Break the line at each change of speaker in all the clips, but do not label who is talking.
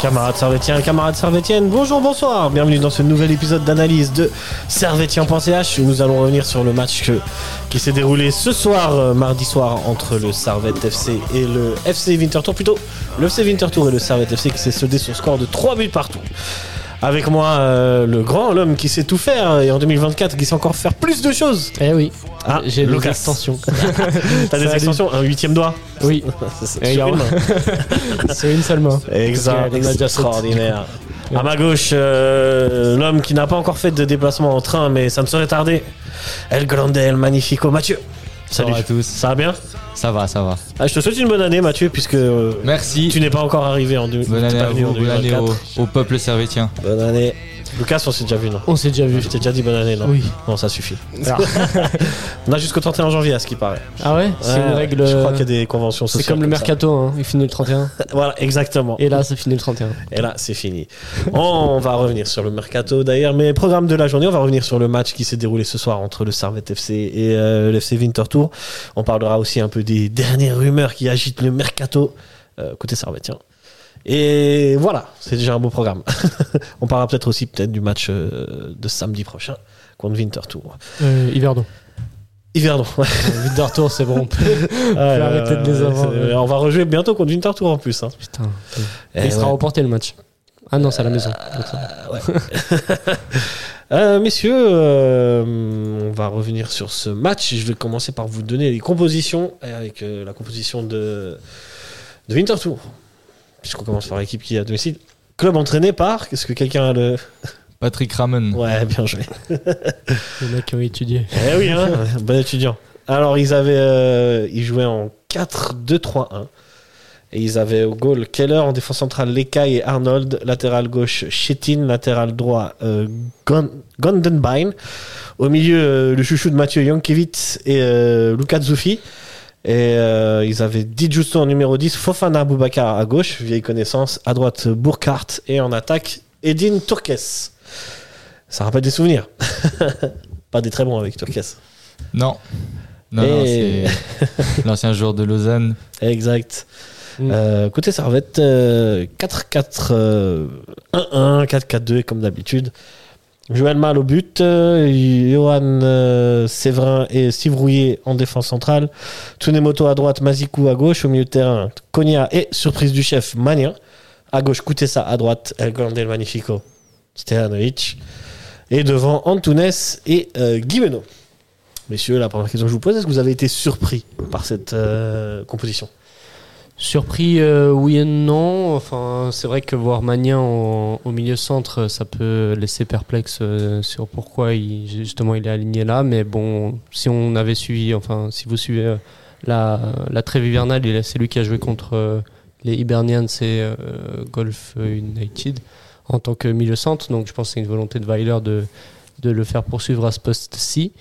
Camarades Servétiens, camarades Servétiennes, bonjour, bonsoir, bienvenue dans ce nouvel épisode d'analyse de Servetien.ch. Nous allons revenir sur le match que- qui s'est déroulé ce soir, euh, mardi soir, entre le Servette FC et le FC Winterthur, plutôt le FC Winterthur et le Servette FC qui s'est soldé sur score de 3 buts partout. Avec moi, euh, le grand, l'homme qui sait tout faire euh, et en 2024 qui sait encore faire plus de choses.
Eh oui,
Ah,
j'ai des
Lucas.
extensions.
Eh, T'as des
Salut.
extensions, un huitième doigt.
Oui,
C'est- c'est
Eh,
sur
il y
une
a-
main.
c'est une seule main.
Exact,
Parce qu'il y en a déjà
extraordinaire.
sept.
À ma gauche, euh, l'homme qui n'a pas encore fait de déplacement en train, mais ça ne serait tardé. El Grande, El Magnifico, Mathieu. Salut
à tous.
Ça va bien
Ça va, ça va.
Ah, Je te souhaite une bonne année, Mathieu, puisque euh,
Merci.
tu n'es pas encore arrivé en deux-
Bonne
t'es
année
pas
à
venu en
vous, bonne année
2024.
au, au peuple servétien.
Bonne année. Lucas, on s'est déjà vu, non
On s'est déjà vu.
Je t'ai déjà dit bonne année, non
Oui.
Non, ça suffit.
Ah,
On a jusqu'au 31 janvier, à ce qui paraît.
ouais C'est
Ouais,
une règle. euh,
Je crois qu'il y a des conventions
C'est
sociales.
comme le
ça.
mercato, hein, il finit le 31.
Voilà, exactement.
Et là, ça finit le 31.
Et là, c'est fini. On va revenir sur le mercato d'ailleurs, mais programme de la journée, on va revenir sur le match qui s'est déroulé ce soir entre le Servette FC et euh, l'FC Winterthur. On parlera aussi un peu des dernières rumeurs qui agitent le mercato euh, côté servetien. Et voilà, c'est déjà un beau programme. on parlera peut-être aussi peut-être du match euh, de samedi prochain contre Winterthur.
Euh, Hiverdon.
Hiverdon. Ouais,
Vite Euh, de retour, c'est bon. on peut- Ah, arrêter de les avoir,
c'est-
ouais.
On va rejouer bientôt contre Winterthur en plus. hein.
Putain.
Eh
il sera
ouais.
remporté le match. Ah non, c'est à la maison.
Euh, messieurs, euh, on va revenir sur ce match. Je vais commencer par vous donner les compositions et avec euh, la composition de, de Winterthur. Puisqu'on commence par l'équipe qui est à domicile. Club entraîné par. Est-ce que quelqu'un a le.
Patrick Ramen.
Ouais, bien joué.
Les mecs qui ont étudié.
Eh oui, hein, bon étudiant. Alors, ils avaient. euh, ils jouaient en 4-2-3-1. Et ils avaient au goal Keller, en défense centrale Lekai et Arnold, latéral gauche Chetin, latéral droit euh, Gon- Gondenbein, au milieu euh, le chouchou de Mathieu Jankiewicz et euh, Luka Zoufi. Et euh, ils avaient Di Giusto en numéro 10, Fofana Boubacar à gauche, vieille connaissance, à droite Burkhardt et en attaque Edin Turkes. Ça rappelle des souvenirs. Pas des très bons avec Turkes.
Non. Non, non,
Et-
c'est l'ancien joueur de Lausanne.
Exact.
Mm.
Euh, côté Servette, euh, 4-4-1-1, 4-4-2 comme d'habitude. Joël Mal au but, euh, Johan euh, Séverin et Steve Rouillet en défense centrale, Tsunemoto à droite, Mazikou à gauche, au milieu de terrain, Konya et surprise du chef, Mania. À gauche, Koutessa, à droite, El Grande El Magnifico, Stejanovic. Et devant, Antunes et euh, Guimeno. Messieurs, la première question que je vous pose, est-ce que vous avez été surpris par cette euh, composition
Surpris, euh, oui et non. Enfin, c'est vrai que voir Magnin en- au milieu centre, ça peut laisser perplexe euh, sur pourquoi il, justement il est aligné là. Mais bon, si on avait suivi, enfin, si vous suivez euh, la, la trêve hivernale, il- c'est lui qui a joué contre euh, les Hibernians et euh, Golf United en tant que milieu centre. Donc, je pense que c'est une volonté de Weiler de, de le faire poursuivre à ce poste-ci.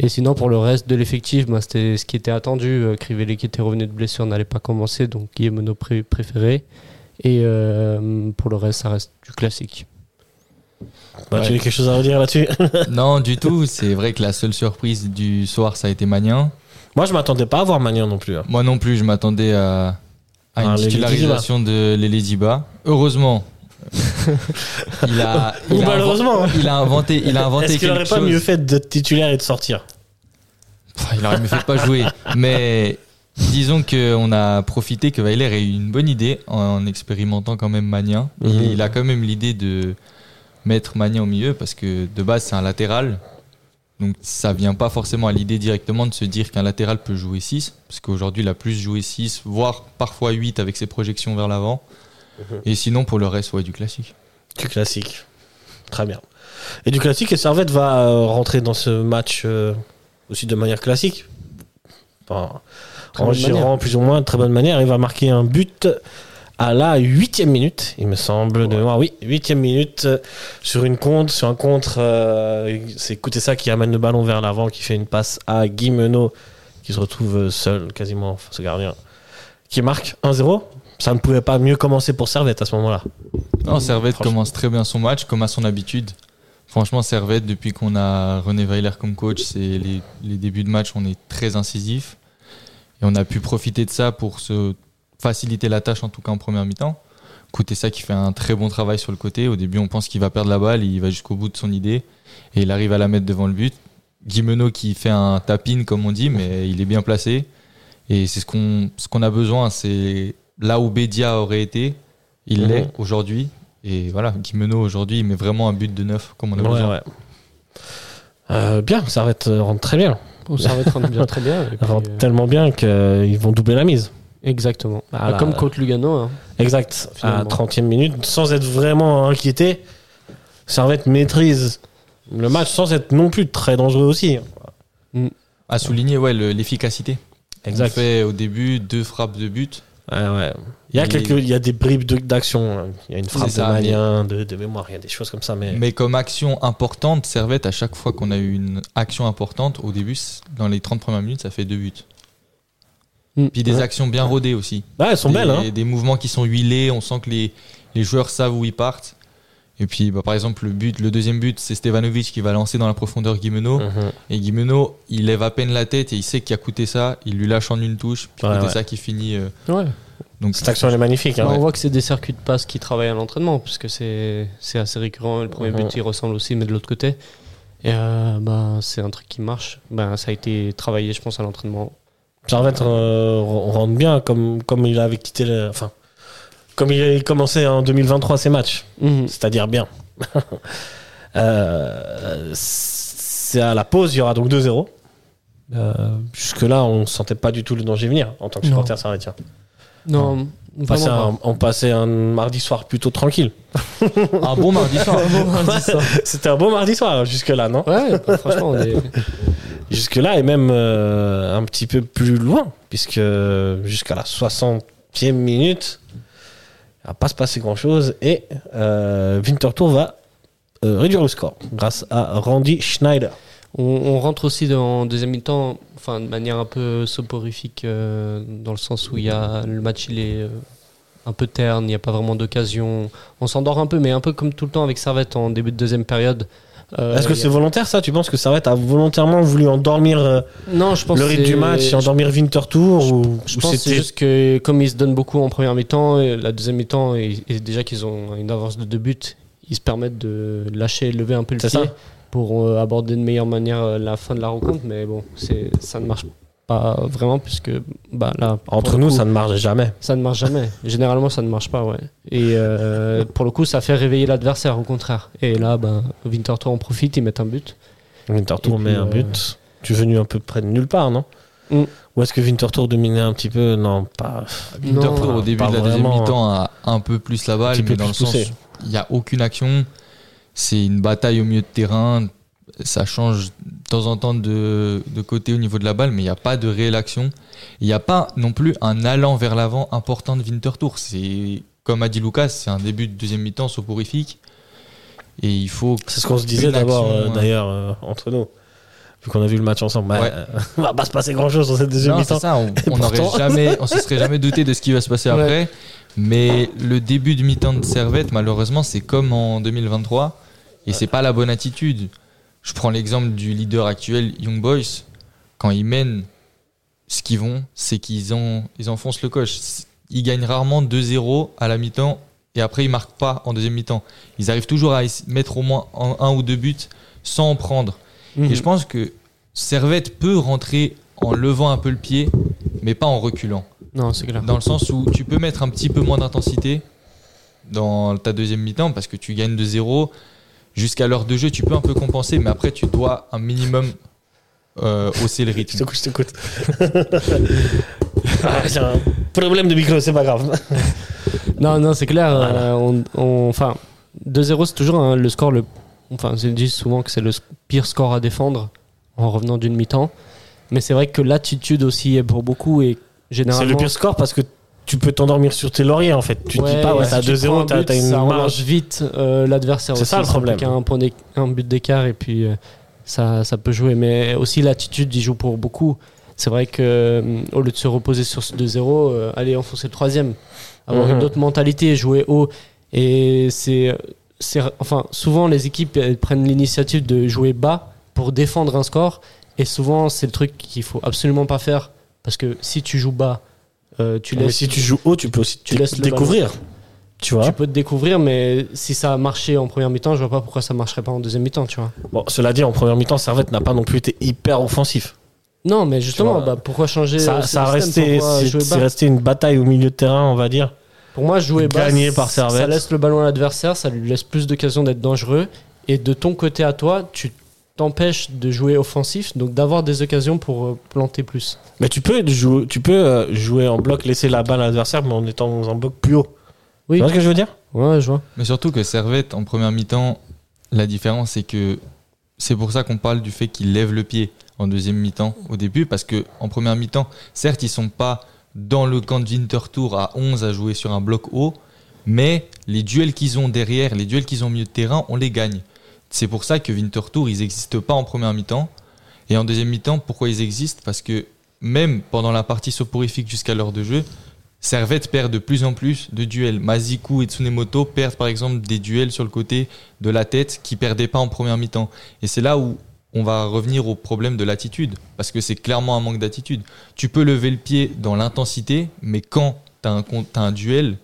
Et sinon, pour le reste de l'effectif, bah, c'était ce qui était attendu. Euh, Crivelli, qui était revenu de blessure, n'allait pas commencer, donc Guillaume pré préféré. Et euh, pour le reste, ça reste du classique.
Bah,
Ouais.
Tu as quelque chose à redire là-dessus
non, du tout. C'est vrai que la seule surprise du soir, ça a été Magnin.
Moi, je m'attendais pas à voir Magnan non plus. hein.
Moi non plus, je m'attendais à, à une
Ah, Lelé
titularisation de Lelé Ziba. Heureusement. il a,
Ou
il a inven-
malheureusement, hein.
il a inventé, il a inventé
Est-ce qu'il
quelque
aurait pas
chose.
mieux fait de titulaire et de sortir
Pff, Il aurait mieux fait de pas jouer. Mais disons qu'on a profité que Weiler ait eu une bonne idée en expérimentant quand même Magnin. Il-
Mhm.
Il, a quand même l'idée de mettre Magnin au milieu parce que de base c'est un latéral. Donc ça vient pas forcément à l'idée directement de se dire qu'un latéral peut jouer 6. Parce qu'aujourd'hui il a plus joué 6, voire parfois 8 avec ses projections vers l'avant. Et sinon pour le reste, ouais, du classique.
Du classique. Très bien. Et du classique, et Servette va euh, rentrer dans ce match euh, aussi de manière classique. Enfin,
Très
en
bonne
gérant
manière.
plus ou moins de très bonne manière, il va marquer un but à la huitième minute, il me semble, de mémoire. Oui, huitième minute euh, sur une contre, sur un contre. euh, c'est écoutez ça qui amène le ballon vers l'avant, qui fait une passe à Guy Menot, qui se retrouve seul quasiment face au gardien, qui marque 1-0. Ça ne pouvait pas mieux commencer pour Servette à ce moment-là.
Non, Servette
Franchement.
commence très bien son match, comme à son habitude. Franchement, Servette, depuis qu'on a René Weiler comme coach, c'est les, les débuts de match, on est très incisif. Et on a pu profiter de ça pour se faciliter la tâche, en tout cas en première mi-temps. Écoutez ça qui fait un très bon travail sur le côté. Au début, on pense qu'il va perdre la balle, il va jusqu'au bout de son idée et il arrive à la mettre devant le but. Guimeno qui fait un tapin, comme on dit, mais il est bien placé. Et c'est ce qu'on ce qu'on a besoin. C'est là où Bédia aurait été, il
Mhm.
l'est aujourd'hui. Et voilà, Guimeno aujourd'hui, il met vraiment un but de neuf, comme on a
Ouais,
besoin.
ouais. Euh, bien, Servette euh, rentre très bien.
Bon, Oh, ça va être un- bien, très bien. et puis,
rentre
euh,
tellement bien qu'ils vont doubler la mise.
exactement. Bah,
Ah, là,
Comme
là.
contre Lugano. hein.
Exact.
Finalement.
À 30e minute, sans être vraiment inquiété, Servette maîtrise le match sans être non plus très dangereux aussi.
À souligner, ouais, le- l'efficacité.
Exact.
On fait au début deux frappes de but.
Ouais, ouais. Il y a
Il-
quelques, il y a des bribes de- d'action. hein. Il y a une frappe
C'est ça,
de
mais-
Malien, de, de mémoire, il y a des choses comme ça, mais,
Mais comme action importante, Servette, à chaque fois qu'on a eu une action importante, au début, c- dans les 30 premières minutes, ça fait deux buts.
Mm.
Puis des
Ouais.
actions bien rodées aussi.
Ouais, elles sont
des,
belles. Hein.
des mouvements qui sont huilés, on sent que les, les joueurs savent où ils partent. Et puis, bah, par exemple, le, but, le deuxième but, c'est Stevanovic qui va lancer dans la profondeur Guimeno.
Mhm.
Et Guimeno, il lève à peine la tête et il sait qu'il a coûté ça. Il lui lâche en une touche. Puis
Ouais,
Koutessa
ouais.
ça qui finit. euh,
Ouais.
donc,
Cette action elle est magnifique. hein.
Bah, On voit que c'est des circuits de passe qui travaillent à l'entraînement, parce que c'est c'est assez récurrent. Le premier
Mhm.
but, il ressemble aussi, mais de l'autre côté. Et euh, bah, c'est un truc qui marche. Bah, ça a été travaillé, je pense, à l'entraînement.
Servette euh, rentre bien comme, comme il avait quitté le. Enfin, comme il avait commencé en 2023 ses matchs.
Mm. Mhm.
c'est-à-dire bien. Euh, c'est à la pause, il y aura donc 2-0. Euh, Jusque-là, on ne sentait pas du tout le danger venir en tant que
Non.
supporter servétien.
Non,
On
vraiment
passait,
pas.
un, on passait un mardi soir plutôt tranquille.
un bon mardi soir.
C'était un beau mardi soir jusque-là, non
Ouais, bah, franchement, on est...
Jusque-là et même euh, un petit peu plus loin, puisque euh, jusqu'à la 60e minute, il va pas se passer grand-chose et euh, Winterthur va euh, réduire le score grâce à Randy Schneider.
on, on rentre aussi dans en deuxième mi-temps, enfin, de manière un peu soporifique, euh, dans le sens où il y a, le match, il est euh, un peu terne, il n'y a pas vraiment d'occasion. On s'endort un peu, mais un peu comme tout le temps avec Servette en début de deuxième période. Euh,
Est-ce que
il y a-
c'est volontaire ça Tu penses que Servette a volontairement voulu endormir euh,
Non, je pense
le
que
rythme
c'est-
du match, et endormir Winterthur ou,
Je
ou
pense que c'est
c'était
juste que comme ils se donnent beaucoup en première mi-temps, et la deuxième mi-temps, et, et déjà qu'ils ont une avance de deux buts, ils se permettent de lâcher, lever un peu le
C'est
pied
ça.
pour euh, aborder de meilleure manière euh, la fin de la rencontre. Mais bon, c'est- ça ne marche pas vraiment puisque bah, là, pour
entre
le
nous
coup,
ça ne marche jamais.
ça ne marche jamais. Généralement, ça ne marche pas, ouais. Et euh, pour le coup, ça fait réveiller l'adversaire, au contraire. Et là, ben, Winterthur en profite, ils mettent un but. Et
Winterthur
puis,
met un
euh,
but. Tu es venu à peu près de nulle part, non
Mm.
Ou est-ce que Winterthur dominait un petit peu Non, pas.
Winterthur, au
pas
début de la deuxième
vraiment. hein.
mi-temps, a un peu plus la
Un
balle,
petit peu
mais dans le
plus
sens,
poussé.
il n'y a aucune action. C'est une bataille au milieu de terrain. Ça change de temps en temps de, de côté au niveau de la balle, mais il n'y a pas de réelle action. Il n'y a pas non plus un allant vers l'avant important de Winterthur. C'est, comme a dit Lucas, c'est un début de deuxième mi-temps soporifique. Et il faut.
C'est ce qu'on se disait
une action,
d'abord, euh,
ouais.
d'ailleurs, euh, entre nous. Vu qu'on a vu le match ensemble, bah,
Ouais.
euh, va pas se passer grand chose dans cette deuxième
Non, c'est
mi-temps.
ça, on, on
pourtant-
aurait jamais, on se serait jamais douté de ce qui va se passer après. Mais le début de mi-temps de Servette, malheureusement, c'est comme en 2023 et c'est pas la bonne attitude. Je prends l'exemple du leader actuel Young Boys. Quand ils mènent, ce qu'ils vont, c'est qu'ils en- ils enfoncent le coche. Ils gagnent rarement 2-0 à la mi-temps et après ils marquent pas en deuxième mi-temps. Ils arrivent toujours à ess- mettre au moins un, un ou deux buts sans en prendre. Et je pense que Servette peut rentrer en levant un peu le pied, mais pas en reculant.
Non, c'est clair.
Dans le sens où tu peux mettre un petit peu moins d'intensité dans ta deuxième mi-temps parce que tu gagnes de zéro. Jusqu'à l'heure de jeu, tu peux un peu compenser, mais après, tu dois un minimum euh, hausser le
Je
rythme.
t'écoute, je t'écoute. Ah, J'ai un problème de micro, c'est pas grave.
Non, non, c'est clair. euh,
Voilà.
on- on- Enfin, 2-0, c'est toujours hein, le score le. Enfin, ils disent souvent que c'est le s- pire score à défendre en revenant d'une mi-temps. Mais c'est vrai que l'attitude aussi est pour beaucoup et
C'est
généralement.
le pire score parce que tu peux t'endormir sur tes lauriers en fait. Tu te dis pas, ouais,
si
t'as
tu prends
2-0,
un
t'as
but,
t'as une
Ça
marge.
relance vite euh, l'adversaire
C'est
aussi,
ça, le problème.
Qu'un un, point d'éc- un but d'écart et puis euh, ça, ça peut jouer. Mais aussi l'attitude, il joue pour beaucoup. C'est vrai que euh, au lieu de se reposer sur ce 2-0, euh, aller enfoncer le troisième, avoir
Mhm.
une autre mentalité, jouer haut. Et c'est. c'est- Enfin, souvent les équipes elles prennent l'initiative de jouer bas pour défendre un score. Et souvent, c'est le truc qu'il faut absolument pas faire. Parce que si tu joues bas, euh, tu
Ah, Mais
laisses.
si tu joues haut, tu peux aussi
tu
te
laisses le
découvrir. Tu vois
Tu peux te découvrir, mais si ça a marché en première mi-temps, je vois pas pourquoi ça marcherait pas en deuxième mi-temps, tu vois.
Bon, cela dit, en première mi-temps, Servette n'a pas non plus été hyper offensif.
Non, mais justement,
vois,
bah, pourquoi changer euh,
Ça,
ce
ça a
système
resté,
Pourquoi
c'est
jouer
c'est
bas
resté une bataille au milieu de terrain, on va dire.
Pour moi, jouer bas,
gagné par
ça
Servette.
laisse le ballon à l'adversaire, ça lui laisse plus d'occasions d'être dangereux. Et de ton côté à toi, tu t'empêches de jouer offensif, donc d'avoir des occasions pour euh, planter plus.
Mais tu peux jouer, tu peux euh, jouer en bloc, laisser la balle à l'adversaire, mais en étant en bloc plus haut.
Oui.
Tu vois ce que je veux dire
Ouais, je vois.
Mais surtout que Servette, en première mi-temps, la différence, c'est que c'est pour ça qu'on parle du fait qu'il lève le pied en deuxième mi-temps au début, parce que en première mi-temps, certes, ils sont pas dans le camp de Winterthur à 11 à jouer sur un bloc haut, mais les duels qu'ils ont derrière, les duels qu'ils ont au milieu de terrain, on les gagne. C'est pour ça que Winterthur, ils n'existent pas en première mi-temps. Et en deuxième mi-temps, pourquoi ils existent Parce que même pendant la partie soporifique jusqu'à l'heure de jeu, Servette perd de plus en plus de duels. Mazikou et Tsunemoto perdent par exemple des duels sur le côté de la tête qui perdaient pas en première mi-temps. Et c'est là où on va revenir au problème de l'attitude, parce que c'est clairement un manque d'attitude. Tu peux lever le pied dans l'intensité, mais quand tu as, un duel,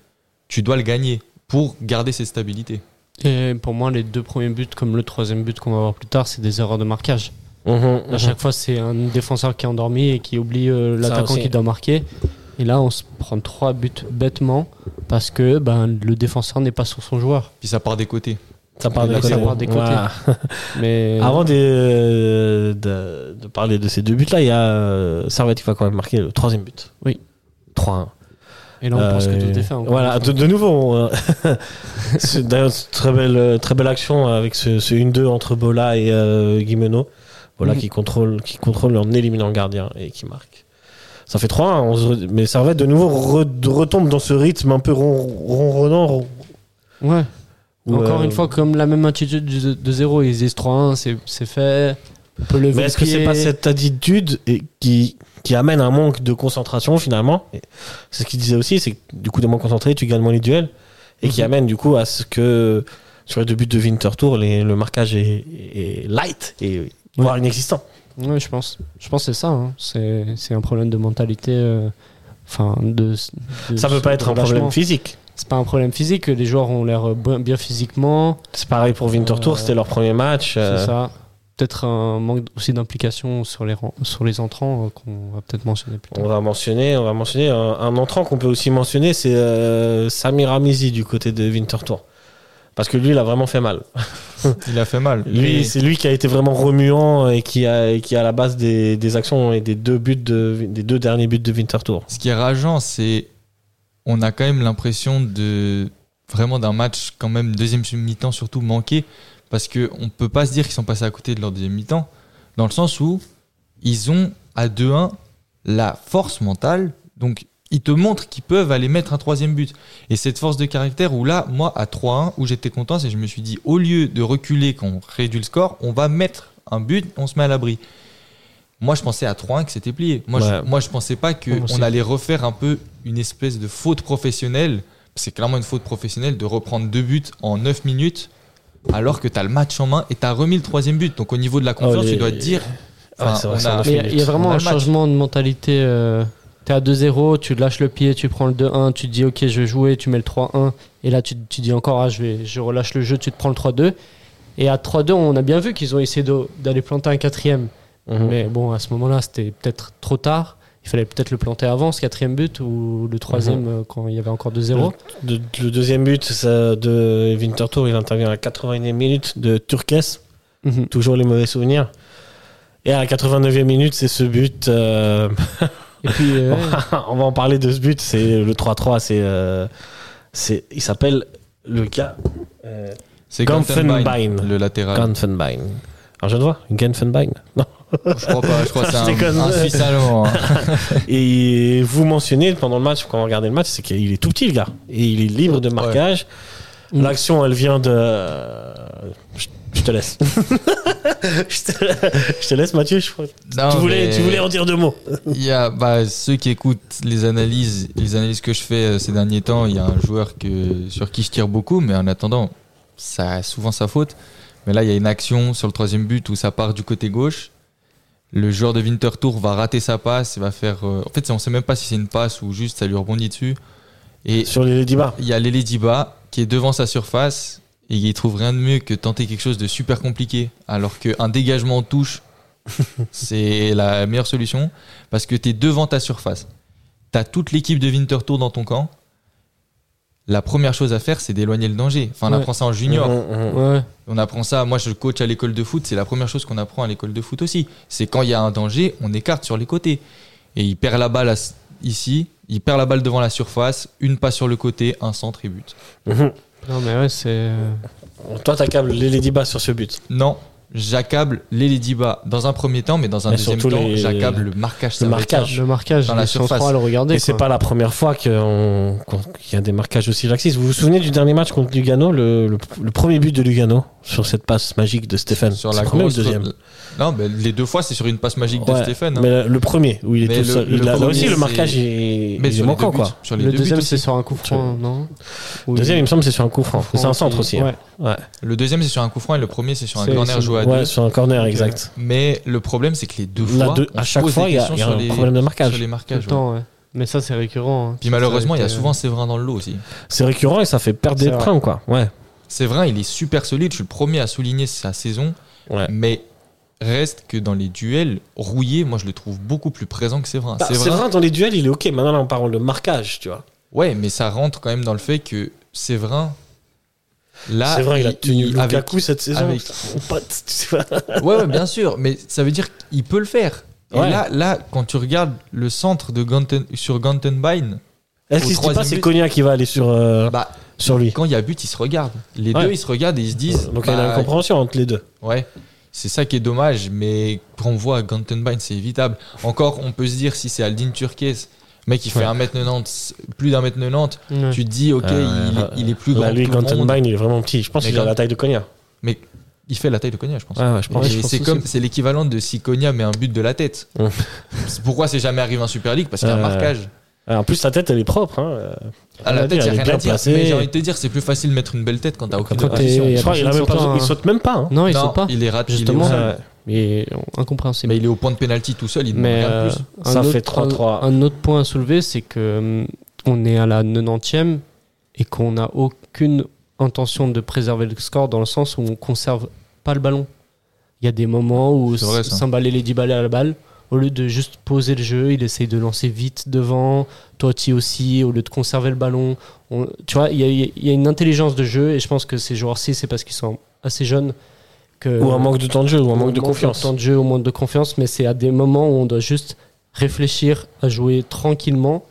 tu dois le gagner pour garder cette stabilité.
Et pour moi, les deux premiers buts, comme le troisième but qu'on va voir plus tard, c'est des erreurs de marquage. À chaque fois, c'est un défenseur qui est endormi et qui oublie euh,
Mhm. Ça
l'attaquant
aussi.
qui doit marquer. Et là, on se prend trois buts bêtement parce que ben, le défenseur n'est pas sur son joueur.
Puis ça part des côtés.
Ça part des
Ça
côtés.
part des côtés.
Voilà.
Mais
Avant de, de, de parler de ces deux buts-là, il y a euh, Servette qui va quand même marquer le troisième but.
Oui.
3-1.
et là, on pense que
Euh,
tout est fait. encore.
Voilà, de, de nouveau. on- euh, c'est D'ailleurs, c'est très belle, euh, très belle action avec ce, ce 1-2 entre Bola et euh, Guimeno. Bola
Mhm.
qui contrôle, qui contrôle en éliminant le gardien et qui marque. Ça fait 3 on se re- mais Servette de nouveau re- retombe dans ce rythme un peu ron- ronronnant. ron-
Ouais.
où,
Encore
euh,
une fois, comme la même attitude du- de 0, ils se disent 3-1, c'est- c'est fait. On peut lever
Mais
le
est-ce que c'est
pied.
pas cette attitude et qui, qui amène un manque de concentration finalement Et C'est ce qu'il disait aussi, c'est que du coup, de moins concentré, tu gagnes moins les duels. Et qui
Mhm.
amène du coup à ce que sur les deux buts de Winterthur, les, le marquage est, est light et voire inexistant.
Ouais, je pense. Je pense que c'est ça. hein. C'est c'est un problème de mentalité. euh, Enfin, de, de-
Ça peut pas
de
être un
relâchement.
problème physique.
C'est pas un problème physique. Les joueurs ont l'air euh, bien bien physiquement.
C'est pareil pour Winterthur,
Euh,
c'était leur premier match. euh,
C'est ça. Peut-être un manque aussi d'implication sur les, ran- sur les entrants euh, qu'on va peut-être mentionner plus tard.
On va mentionner, on va mentionner un, un entrant qu'on peut aussi mentionner, c'est euh, Samir Amizi du côté de Winterthur. Parce que lui, il a vraiment fait mal.
Il a fait mal.
Lui,
Mais-
c'est lui qui a été vraiment remuant et qui a, et qui est à la base des, des actions et des deux buts de, des deux derniers buts de Winterthur.
Ce qui est rageant, c'est on a quand même l'impression de vraiment d'un match quand même deuxième mi-temps surtout manqué parce que on peut pas se dire qu'ils sont passés à côté de leur deuxième mi-temps dans le sens où ils ont à 2-1 la force mentale donc ils te montrent qu'ils peuvent aller mettre un troisième but et cette force de caractère où là moi à 3-1 où j'étais content c'est que je me suis dit au lieu de reculer quand on réduit le score on va mettre un but on se met à l'abri moi je pensais à 3-1 que c'était plié moi,
Ouais.
je, moi je pensais pas que
Moi aussi.
on allait refaire un peu une espèce de faute professionnelle c'est clairement une faute professionnelle de reprendre deux buts en 9 minutes alors que tu as le match en main et tu as remis le troisième but. Donc au niveau de la confiance,
les-
tu dois te dire.
Ah ouais,
enfin,
c'est vrai,
on
c'est
a-
un autre
Mais il y a- il y a
on
vraiment
a
un
le match.
changement de mentalité. euh, T'es à 2-0, tu lâches le pied, tu prends le 2-1, tu te dis ok, je vais jouer, tu mets le 3-1. Et là, tu, tu dis encore ah, je, vais, je relâche le jeu, tu te prends le 3-2. Et à 3-2, on a bien vu qu'ils ont essayé de- d'aller planter un quatrième.
Mhm.
Mais bon, à ce moment-là, c'était peut-être trop tard. Il fallait peut-être le planter avant ce quatrième but ou le troisième euh, quand il y avait encore 2-0.
Le, le deuxième but ça, de Winterthur, il intervient à la 81e minute de Turquesse,
Mhm.
toujours les mauvais souvenirs. Et à la 89e minute, c'est ce but. euh,
Et puis, euh,
on va en parler de ce but. C'est le 3-3. C'est, euh, c'est, il s'appelle le gars euh,
C'est
Ganfenbein.
Ganfenbein, le latéral.
Ganfenbein. Un jeune voix Ganfenbein Non.
Je crois pas, je crois que c'est
Je déconne.
un, un Suisse allemand. hein.
Et vous mentionnez pendant le match, quand on regardait le match, c'est qu'il est tout petit, le gars. Et il est libre de marquage.
Mm.
L'action, elle vient de. Je, je te laisse. je, te... je te laisse, Mathieu. Je... crois.
Non,
tu, voulais,
Ah, mais
tu voulais en dire deux mots.
il y a, bah, ceux qui écoutent les analyses, les analyses que je fais euh, ces derniers temps, il y a un joueur que, sur qui je tire beaucoup, mais en attendant, ça a souvent sa faute. Mais là, il y a une action sur le troisième but où ça part du côté gauche. Le joueur de Winterthur va rater sa passe, il va faire. euh, en fait, on sait même pas si c'est une passe ou juste ça lui rebondit dessus. Et
Sur les débats.
il y a Lele Diba qui est devant sa surface et il trouve rien de mieux que tenter quelque chose de super compliqué alors qu'un dégagement en touche c'est la meilleure solution parce que tu es devant ta surface tu as toute l'équipe de Winterthur dans ton camp la première chose à faire c'est d'éloigner le danger enfin on
Ouais.
apprend ça en junior
Mm,
Ouais.
on apprend ça moi je coach à l'école de foot c'est la première chose qu'on apprend à l'école de foot aussi c'est quand il y a un danger on écarte sur les côtés et il perd la balle à- ici il perd la balle devant la surface une passe sur le côté un centre et but
Non, mais ouais, c'est. euh,
mm, Toi, t'accables les les débats sur ce but.
Non, j'accable les Ladyba dans un premier temps, mais dans un
Et
deuxième
surtout
temps,
les-
j'accable le marquage.
Le
ça va
marquage.
être
Le marquage,
Dans la
ils sont
surface.
trois à le regarder.
Et c'est
quoi.
pas la première fois qu'on- qu'on- qu'il y a des marquages aussi laxistes. Vous vous souvenez du dernier match contre Lugano, le, le- le premier but de Lugano, sur cette passe magique de Stéphane
ça. Sur
C'est
la
le premier ou
grosse.
le deuxième
Non, mais les deux fois, c'est sur une passe magique de
Ouais,
Stéphane. hein.
Mais le, le premier, où il est
Mais
tout
le-
seul.
le
Il a- là
premier,
aussi, le
c'est-
marquage est, il
Mais
est
sur les deux
manquant,
buts-
quoi.
Sur les
Le
deux
deuxième,
buts aussi.
c'est sur un coup franc, non
Le
Oui.
deuxième, il me semble, c'est sur un coup franc. Mais C'est un centre aussi. hein.
Ouais.
Ouais,
Le deuxième, c'est sur un coup franc et le premier, c'est sur un
C'est-
corner
c'est-
joué à
Ouais,
deux.
sur un corner, exact.
Mais le problème, c'est que les deux
Là,
fois,
deux-
on
à
se
chaque
pose
fois,
des
il y a,
questions
il y a
sur
un
les-
problème de marquage.
Sur les
Tout le
marquages. ouais.
temps, ouais. Mais ça, c'est récurrent. hein.
Puis malheureusement, il y a
Ça,
souvent Séverin dans le lot aussi.
C'est récurrent et ça fait perdre
C'est
des
vrai.
points, quoi. Ouais.
Séverin, il est super solide. Je suis le premier à souligner sa saison.
Ouais.
Mais reste que dans les duels, Rouillé, moi, je le trouve beaucoup plus présent que Séverin.
Bah, C'est vrai, dans les duels, il est OK. Maintenant, là, on parle de marquage, tu vois.
Ouais, mais ça rentre quand même dans le fait que Séverin. Là,
C'est vrai, il a tenu
avec,
Lukaku cette saison.
avec-
Son pote, tu vois.
Ouais, ouais, bien sûr, mais ça veut dire qu'il peut le faire. Et
Ouais.
là, là, quand tu regardes le centre de Ganten, sur Gantenbein,
Est-ce
Au
qu'il se dit pas
troisième
c'est
but.
Cognac qui va aller sur, euh,
bah,
sur lui
quand il y a but, ils se regardent. Les
Ouais.
deux, ils se regardent et ils se disent.
Donc, il y a une
bah,
incompréhension entre les deux.
Ouais, c'est ça qui est dommage, mais quand on voit Gantenbein, c'est évitable. Encore, on peut se dire si c'est Aldin Turquès, mec, il fait 1m90, plus d'un mètre 90,
Ouais.
tu te dis, ok,
Euh,
il,
euh,
il est plus grand.
Là, lui,
que tout le monde.
Gantenbein, il est vraiment petit. Je pense
Mais
qu'il a
Gant-
la taille de Cognac.
Il fait la taille de Konya, je pense.
Ouais, ouais, je pense.
Et
je pense
c'est
aussi.
comme c'est l'équivalent de si Konya met un but de la tête.
Hum.
C'est Pourquoi c'est jamais arrivé en Super League Parce qu'il y a un
Euh,
marquage.
Ah, En plus, sa tête, elle est propre. hein. Euh,
À la
elle
tête, il y a
est
rien
bien
à dire.
placée.
Mais j'ai envie de te dire, c'est plus facile de mettre une belle tête quand t'as aucune
Quand t'es-
opposition.
y
Euh, Je
a
crois qu'il a
personne
même pas-
sur toi,
il
hein.
saute même pas. hein.
Non, ils
Non,
sont pas.
il est raté.
Justement.
il est au sol.
Ouais.
Mais on- incompréhensible.
mais il est au point de pénalty tout seul. Il
Mais
ne regarde
euh,
plus.
un
Ça
autre-
fait 3-3.
Un, un autre point à soulever, c'est que hum, on est à la 90e et qu'on n'a aucune intention de préserver le score dans le sens où on conserve pas le ballon. Il y a des moments où
C'est vrai, ça.
s'emballer les 10 balles à la balle, au lieu de juste poser le jeu, il essaye de lancer vite devant. Totti aussi, au lieu de conserver le ballon. On- tu vois, il y, a- il y a une intelligence de jeu et je pense que ces joueurs-ci, c'est parce qu'ils sont assez jeunes. Que
Ou un manque de temps de jeu, ou un manque de confiance.
temps de jeu, au manque de confiance, mais c'est à des moments où on doit juste réfléchir à jouer tranquillement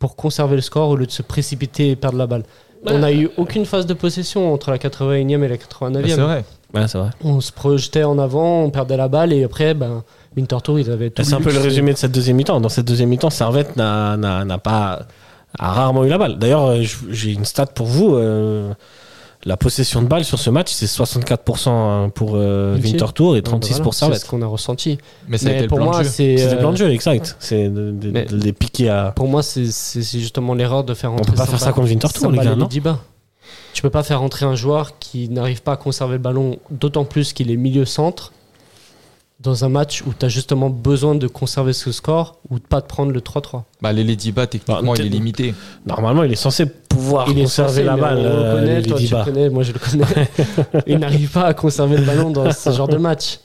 pour conserver le score au lieu de se précipiter et perdre la balle. On n'a eu aucune phase de possession entre la 81e et la
Bah, c'est
89e.
vrai.
Ouais, c'est vrai.
on se projetait en avant, on perdait la balle et après, ben, Winterthur, ils avaient tout.
Bah, C'est un peu le résumé de cette deuxième mi-temps. Dans cette deuxième mi-temps, Servette n'a- n'a n'a pas a rarement eu la balle. D'ailleurs, euh, j- j'ai une stat pour vous. euh, la possession de balle sur ce match, c'est 64% pour euh,
Vinci.
Winterthur et
Ben voilà,
36%
C'est ce
Servette.
qu'on a ressenti.
Mais ça a été
Mais
le
pour
plan
moi,
de jeu.
c'est.
C'est des
euh,
plans de jeu, exact. C'est de, de-
mais-
de les piquer à.
Pour moi, c'est c'est- c'est justement l'erreur de faire
On
rentrer.
peut pas faire
Samba-
ça contre Winterthur, les
Samba
gars, non
Lediba. Tu peux pas faire rentrer un joueur qui n'arrive pas à conserver le ballon, d'autant plus qu'il est milieu-centre, dans un match où tu as justement besoin de conserver ce score ou de pas te prendre le 3-3.
Bah, les Ladyba, techniquement,
Bah,
il est
peut-être-
limité.
Normalement, il est censé pouvoir
il est
Ah, conserver
censé,
la
mais
balle.
On
euh,
le connaît, toi
Lady
tu le
Bar.
connais, moi je le connais. il n'arrive pas à conserver le ballon dans ce genre de match.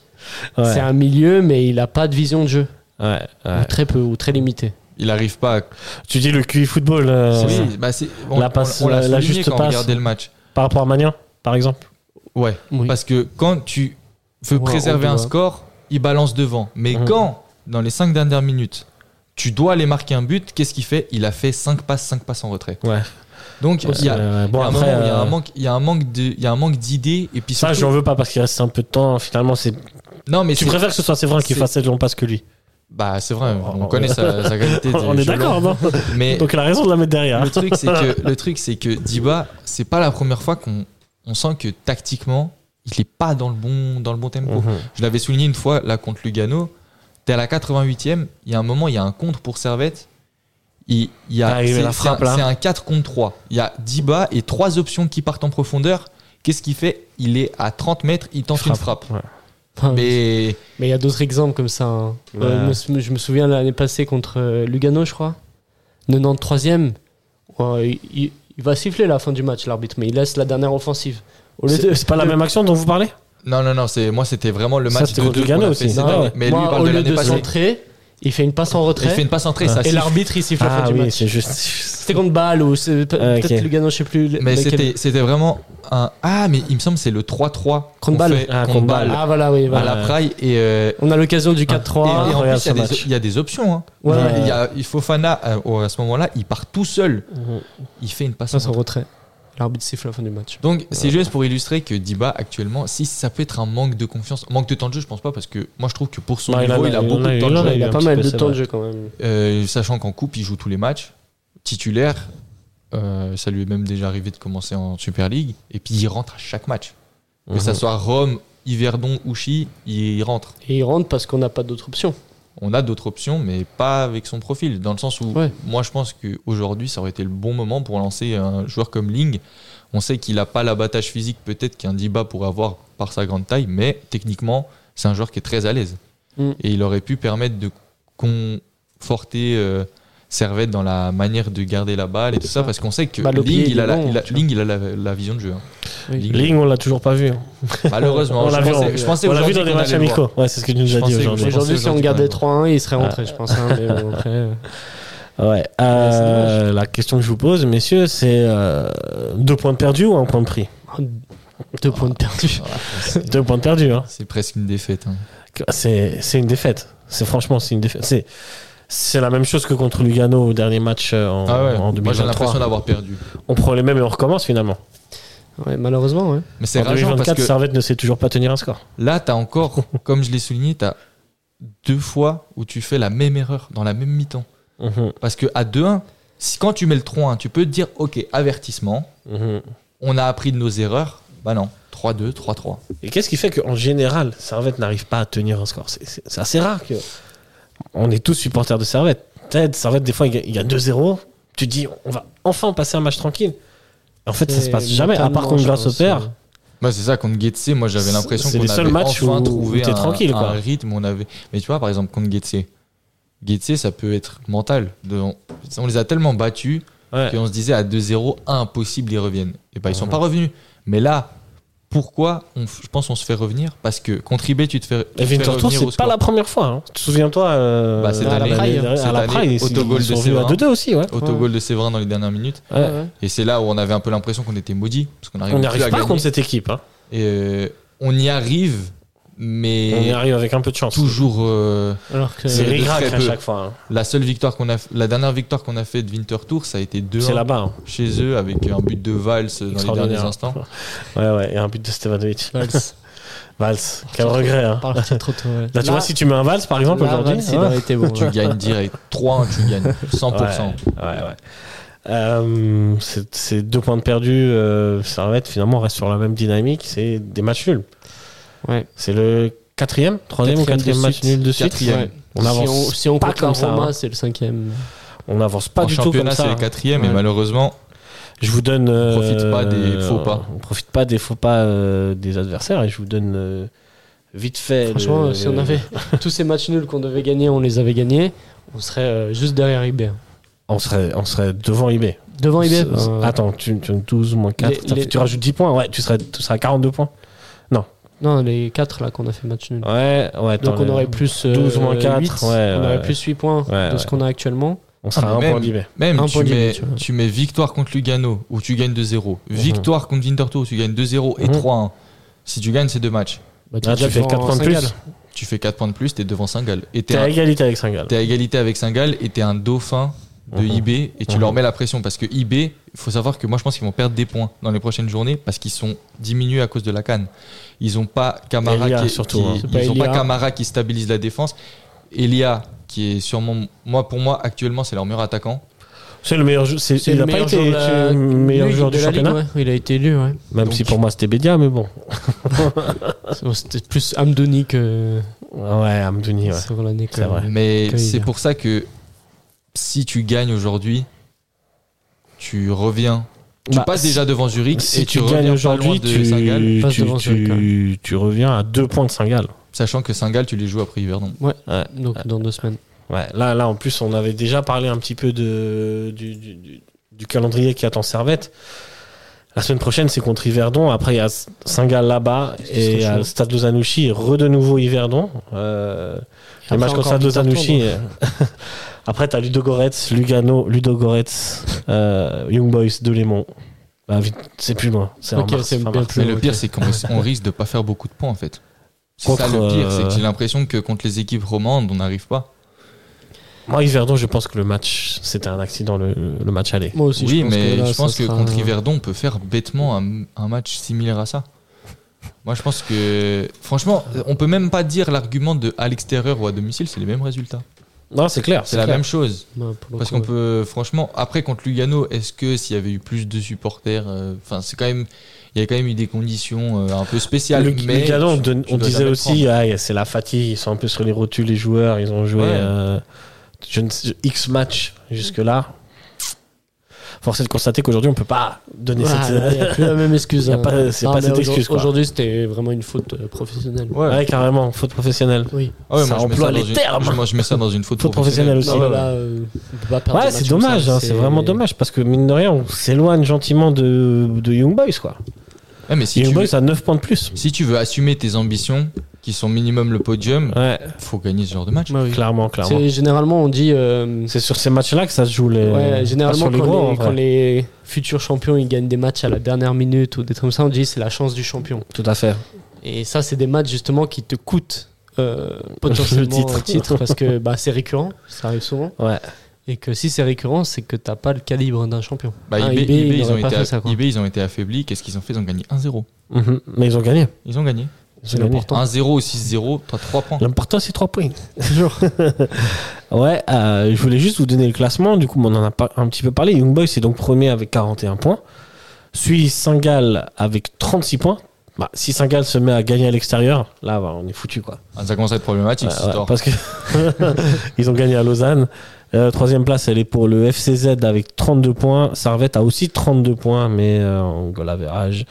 Ouais,
C'est un milieu, mais il a pas de vision de jeu,
ouais, ouais.
ou très peu, ou très limitée.
Il n'arrive pas à.
Tu dis le QI football euh,
Oui, bah, c'est- on-
La passe-
on- on l'a
la- la
souligné
juste
quand on
passe.
regardait le match.
par rapport à Magnan, par exemple.
Ouais.
Oui.
Parce que quand tu veux
Ouais,
préserver
on
un
doit.
score, il balance devant. Mais
Mhm.
quand, dans les 5 dernières minutes, tu dois aller marquer un but, qu'est-ce qu'il fait Il a fait 5 passes, 5 passes en retrait.
Ouais.
Donc il y a-
Euh,
il y
bon,
a un
après,
moment où il y a
euh,
un manque- il y a un manque de- il y a un manque d'idées. Et puis
Ça,
surtout,
j'en veux pas parce qu'il reste un peu de temps. Finalement, c'est
Non, mais
Tu
c'est-
préfères que ce soit Séverin qui
c'est-
fasse cette long passe que lui
Bah, c'est vrai,
Oh,
on
oh,
connaît
ouais.
sa, sa qualité. de
On est
violon.
d'accord, non
Mais
Donc elle a raison de la mettre derrière. hein.
le truc, c'est que, le truc, c'est que Diba, c'est pas la première fois qu'on on sent que tactiquement, il est pas dans le bon, dans le bon tempo.
Mhm.
Je l'avais souligné une fois là contre Lugano. T'es à la 88e, il y a un moment, il y a un contre pour Servette. Il, il y
T'as
a,
arrivé
c'est,
la
c'est
frappe,
un,
là.
c'est un 4 contre 3. Il y a 10 bas et trois options qui partent en profondeur. Qu'est-ce qu'il fait Il est à 30 mètres, il tente une frappe.
Ouais.
Enfin,
Mais
Mais il y a d'autres exemples comme ça. hein.
Ouais.
Euh, je me sou- je me souviens l'année passée contre euh, Lugano, je crois. 93e. Ouais, il- il, il va siffler la fin du match, l'arbitre, mais il laisse la dernière offensive. Au lieu de-
C'est c'est pas la même action dont vous parlez
non, non, non, c'est, moi c'était vraiment le
Ça,
match
c'était
de
contre
deux
Lugano
qu'on a
aussi.
fait cette
Ah
année.
ouais.
Mais lui,
Moi,
il
au
parle de
lieu
l'année
de
passée.
centrer, il fait une passe en
Il
retrait.
fait une passe entrée,
Ouais.
ça
Et
siffle.
l'arbitre, il siffle la
Ah
fin du
oui,
match.
c'est juste.
C'était contre Bâle ou c'est peut-
Ah, ok.
peut-être Lugano, je sais plus. le-
Mais
lequel.
c'était, c'était vraiment un. Ah, mais il me semble que c'est le 3-3 qu'on
Contre Bâle.
fait
Ah,
contre
contre
Bâle
Ah voilà, oui.
à
voilà.
la Praille. Et, euh,
On a l'occasion
Ah.
du
et-
4-3.
et
regarde
en plus, il y a
ce
des-
match.
il y, a des options. hein.
Ouais.
Il y a il Fofana euh, au- à ce moment-là, il part tout seul.
Mhm.
Mm-hmm.
Il fait une passe.
Passe
en
en
retrait.
retrait. L'arbitre siffle la fin du match.
Donc c'est juste pour illustrer que Diba actuellement, si ça peut être un manque de confiance, manque de temps de jeu, je pense pas parce que moi je trouve que pour son
Non, il
niveau,
en a-
il
il
a
en
beaucoup
a
de
eu,
temps de
il en
jeu.
a
Il a
un
pas
petit
mal
peu,
de
c'est
temps de
vrai.
jeu quand même.
Euh, sachant qu'en coupe, il joue tous les matchs, titulaire. euh, ça lui est même déjà arrivé de commencer en Super League. Et puis il rentre à chaque match. Que ça soit Rome, Yverdon, Uchi, il rentre.
Et il rentre parce qu'on n'a pas d'autre option.
On a d'autres options, mais pas avec son profil. Dans le sens où,
Ouais.
moi je pense qu'aujourd'hui, ça aurait été le bon moment pour lancer un joueur comme Ling. On sait qu'il n'a pas l'abattage physique peut-être qu'un Diba pourrait avoir par sa grande taille, mais techniquement, c'est un joueur qui est très à l'aise.
Mm.
Et il aurait pu permettre de conforter euh, Servette dans la manière de garder la balle et tout ça, parce qu'on sait que
Balle au
Ling,
pied,
il
il
a,
est
la,
bon,
il a-
tu
Ling, il a la, la vision de jeu. hein.
Oui.
Ling,
Ling, on l'a toujours pas vu. hein.
malheureusement,
On
je
l'a vu,
pensais, je pensais
on l'a vu
aujourd'hui
dans des
qu'on
matchs
allait le voir.
amicaux. Ouais, c'est ce que tu nous
Je
as dit
pensais que-
aujourd'hui.
Aujourd'hui, si on gardait
aujourd'hui,
3-1, il serait rentré,
Ah.
je pense. hein, mais bon, après, euh,
Ouais. Euh, la question que je vous pose, messieurs, c'est euh, deux points de perdu ou un point de prix
deux points de perdu.
Deux points de perdu. Hein.
C'est presque une défaite. hein.
C'est c'est une défaite. C'est franchement, c'est une défaite. C'est c'est la même chose que contre Lugano au dernier match euh, en,
Ah ouais,
en
moi j'ai
2023.
l'impression d'avoir perdu.
On prend les mêmes et on recommence finalement. Ah.
Ouais, malheureusement, hein. ouais.
Mais c'est
en
rageant parce
2024,
que
Servette ne sait toujours pas tenir un score.
là, t'as encore, comme je l'ai souligné, t'as deux fois où tu fais la même erreur dans la même mi-temps.
Mhm,
Parce que à 2-1, si quand tu mets le 3-1, tu peux te dire, ok, avertissement,
mhm.
on a appris de nos erreurs. Bah non, 3-2, 3-3.
Et qu'est-ce qui fait qu'en général, Servette n'arrive pas à tenir un score C'est- C'est c'est assez rare que. On est tous supporters de Servette. Peut-être, Servette, des fois, il y a- il y a 2-0. Tu te dis, on va enfin passer un match tranquille. En fait, ça se passe
C'est
jamais, à part
mentalement,
contre
je
grâce au
pense,
père.
ouais.
Bah c'est ça, contre Getse, moi j'avais
C'est-
l'impression
c'est
qu'on
les seuls
avait
matchs
enfin
où-
trouvé
où t'es
un,
tranquille, quoi.
un rythme. On avait... Mais tu vois, par exemple, contre Getse, Getse, ça peut être mental. De- on- On les a tellement battus
Ouais.
Et on se disait à 2-0, impossible, ils reviennent. Et ben ils sont pas revenus. Mais là, pourquoi on, f- je pense qu'on se fait revenir Parce que contre eBay, tu te fais, tu te
Et
fais
Winterthur,
revenir au
c'est pas
score.
la première fois. hein. Tu te souviens-toi euh,
Bah, cette
à la
année,
Praille,
cette
à la
année,
Praille, ils-
autogol
ils sont
de
venus à
Séverin.
2-2 aussi. Ouais.
Autogol de Séverin dans les dernières minutes.
Ouais.
Ouais, ouais.
Et c'est là où on avait un peu l'impression qu'on était maudit. Parce qu'on
On
arrive
n'y
plus à
arrive pas
gagner.
contre cette équipe. hein.
Et euh, on y arrive,
On y
mais
arrive avec un peu de chance.
toujours. euh,
Alors que
C'est
de
les
très
gracques à
peu.
chaque fois. hein.
la seule victoire qu'on a, f- la dernière victoire qu'on a fait de Winterthur, ça a été 2
C'est là-bas. hein.
chez eux avec un but de valse dans les derniers
Extraordinaire.
instants.
Ouais, ouais. Et un but de Stevanovic.
Valls
Vals, quel regret. hein.
parle trop tôt. ouais.
Là, tu vois, si tu mets un Vals, par exemple,
là,
aujourd'hui.
Valls, il
hein.
aurait été bon.
Tu
ouais.
gagnes direct. 3-1, tu gagnes. 100%.
Ouais, ouais, ouais. Euh, c'est c'est deux points de perdu. Euh, Servette, finalement, reste sur la même dynamique. C'est des matchs nuls.
Ouais.
C'est le quatrième, troisième ou
Quatrième
quatrième
de
match
suite.
nul de suite.
Quatrième.
Ouais. On avance,
si on, si on
pas
compte
comme
la
ça,
Roma,
hein.
c'est le cinquième.
on avance pas
en
du tout comme
championnat, c'est
ça.
les quatrièmes et
Ouais.
malheureusement,
Je vous donne. euh,
On profite pas des faux pas.
On profite pas des faux pas euh, des adversaires et je vous donne euh, vite fait.
Franchement, euh,
le-
si on avait tous ces matchs nuls qu'on devait gagner, on les avait gagnés, on serait euh, juste derrière IB.
On serait, on serait devant IB.
Devant euh, IB
C'est- c'est- Attends, tu, tu 12 moins 4.
Les- les-
Tu rajoutes 10 points, ouais, tu serais, tu serais à 42 points.
Non, les 4 là qu'on a fait match nul.
Ouais, ouais,
Donc
attends,
on aurait
les-
plus euh,
12 moins quatre,
huit,
ouais,
on aurait
ouais.
plus 8 points
Ouais,
de ce
ouais.
qu'on a actuellement.
On sera à
Ah,
un
mais
point de l'IB.
même
Un
tu
point de
mets,
limite, ouais.
tu mets victoire contre Lugano où tu gagnes 2-0, victoire contre Winterthur où tu gagnes 2-0 et
Mhm.
3-1. Si tu gagnes ces deux matchs,
Bah,
Ah,
es
tu fais
devant
4 points de
Saint-Gall.
plus.
tu fais 4 points de plus, t'es devant Saint-Gall. Et t'es
T'es
à,
à égalité avec Saint-Gall.
t'es à égalité avec Saint-Gall et t'es un dauphin de
Mhm.
IB et tu
Mhm.
leur mets la pression parce que IB, il faut savoir que moi je pense qu'ils vont perdre des points dans les prochaines journées parce qu'ils sont diminués à cause de la canne. Ils n'ont pas Camara
Elia,
qui, est-
surtout,
qui-
hein.
C'est pas
ils ont
Elia.
pas Camara qui stabilise la défense. Elia qui est sûrement moi pour moi actuellement c'est leur meilleur attaquant.
C'est le meilleur jou- c'est-
C'est
il
le
a pas
meilleur
été
joueur de la-
élu meilleur
lui,
joueur
de
du
la ligue,
championnat,
ouais. Il a été élu, ouais.
même
Donc-
si pour moi c'était Bédia, mais bon.
C'est- C'était plus Amdouni que
Ah Ouais, Amdouni, ouais.
euh, sur l'année. que-
C'est vrai.
Mais
Quelle
c'est
idée.
pour ça que si tu gagnes aujourd'hui, tu reviens. Tu
Bah,
passes déjà devant Zurich
Si
et tu,
tu, gagnes
reviens pas loin
aujourd'hui,
de
tu,
Saint-Gall,
tu,
Passe devant Zurich,
tu- tu reviens à deux points de Saint-Gall.
sachant que Saint-Gall tu les joues après Yverdon.
euh, Donc
Ah.
dans deux semaines.
Ouais, là, là, en plus, on avait déjà parlé un petit peu de, du, du- du- du calendrier qui attend Servette. La semaine prochaine, c'est contre Yverdon. Après, il y a Saint-Gall là-bas et il y a le Stade Lozanouchi et re de nouveau Yverdon. Euh, les
après,
matchs contre
encore
Stade
huit à
Lozanouchi. euh, Après, tu as Ludogorets, Lugano, Ludogorets, euh, Young Boys, Delémont. Bah, vite, c'est plus loin. C'est en
Ok,
mars,
c'est
fin
bien
mars.
Mais
Plus
le
haut,
pire,
ok.
c'est qu'on on risque de pas faire beaucoup de points en fait. C'est ça
Contre,
le pire,
euh,
c'est que j'ai l'impression que contre les équipes romandes, on n'arrive pas.
Moi, Yverdon, je pense que le match, c'était un accident, le, le match aller.
Moi aussi,
oui,
je pense
mais
que là,
je pense
ça
que
sera-
contre Yverdon, on peut faire bêtement un, un match similaire à ça. Moi, je pense que franchement, on peut même pas dire l'argument de à l'extérieur ou à domicile, c'est les mêmes résultats.
Non, c'est clair.
C'est la
clair.
même chose.
Ouais, pour le
Parce
coup,
qu'on
ouais.
peut, franchement, après contre Lugano, est-ce que s'il y avait eu plus de supporters, euh, enfin, c'est quand même, il y a quand même eu des conditions euh, un peu spéciales.
Le,
mais
Lugano, on,
tu-
don-
tu
on
dois
disait
jamais
aussi, ah, c'est la fatigue, ils sont un peu sur les rotules, les joueurs, ils ont joué
Ouais.
euh, je ne sais- X match jusque-là. Force est de constater qu'aujourd'hui, on peut pas donner
Ah,
cette.
là, Il n'y a plus la même excuse.
Y a
hein.
pas- c'est
Ah,
pas
mais
cette
aujourd'hui-
excuse, quoi.
Aujourd'hui, c'était vraiment une faute euh, professionnelle.
prendre. Ouais.
Ouais, carrément, faute professionnelle.
Oui.
Ah ouais,
Ça
moi, je mets
emploie
ça dans
les
une-
termes.
Moi, je mets ça dans une faute,
Faute
professionnelle.
professionnelle aussi.
Non, mais là, euh, on peut pas perdre
ouais,
un
c'est
match comme
dommage,
ça,
hein, c'est vraiment dommage parce que mine de rien, on s'éloigne gentiment de, de Young Boys quoi.
Ouais, Eh, mais si
Young
tu, veux,
Boys a 9 points de plus.
si tu veux assumer tes ambitions, qui sont minimum le podium,
Ouais,
faut gagner ce genre de match.
Ouais, Bah oui.
clairement, clairement.
C'est- Généralement, on dit. euh,
C'est sur ces matchs-là que ça se joue les.
Ouais,
Euh, pas
généralement,
sur les
quand,
gros, en
les,
vrai.
quand les futurs champions ils gagnent des matchs à la dernière minute ou des trucs comme ça, on dit c'est la chance du champion.
Tout à fait.
Et ça, c'est des matchs justement qui te coûtent euh, potentiellement
Le titre.
le titre parce que bah, c'est récurrent, ça arrive souvent.
Ouais.
Et que si c'est récurrent, c'est que t'as pas le calibre d'un champion.
Bah,
Ah,
IB,
IB,
IB,
ils
ils ont
auraient pas
été
fait
aff-
ça, quoi.
IB, ils ont été affaiblis. Qu'est-ce qu'ils ont fait Ils ont gagné 1-0.
Mhm. Mais ils ont gagné.
Ils ont gagné.
Ils
C'est
ont gagné.
l'important.
1-0 ou 6-0, t'as 3 points.
L'important, c'est 3 points. ouais, euh, je voulais juste vous donner le classement. Du coup, on en a pas- un petit peu parlé. Young Boys est donc premier avec 41 points. Suit Saint-Gall avec 36 points. Bah, si Saint-Gall se met à gagner à l'extérieur, là, bah, on est foutu, quoi.
Ah, ça commence à être problématique,
Ouais,
cette
ouais,
histoire.
parce que ils ont gagné à Lausanne. Euh, troisième place, elle est pour le FCZ avec 32 points. Servette a aussi 32 points, mais euh, en goal average,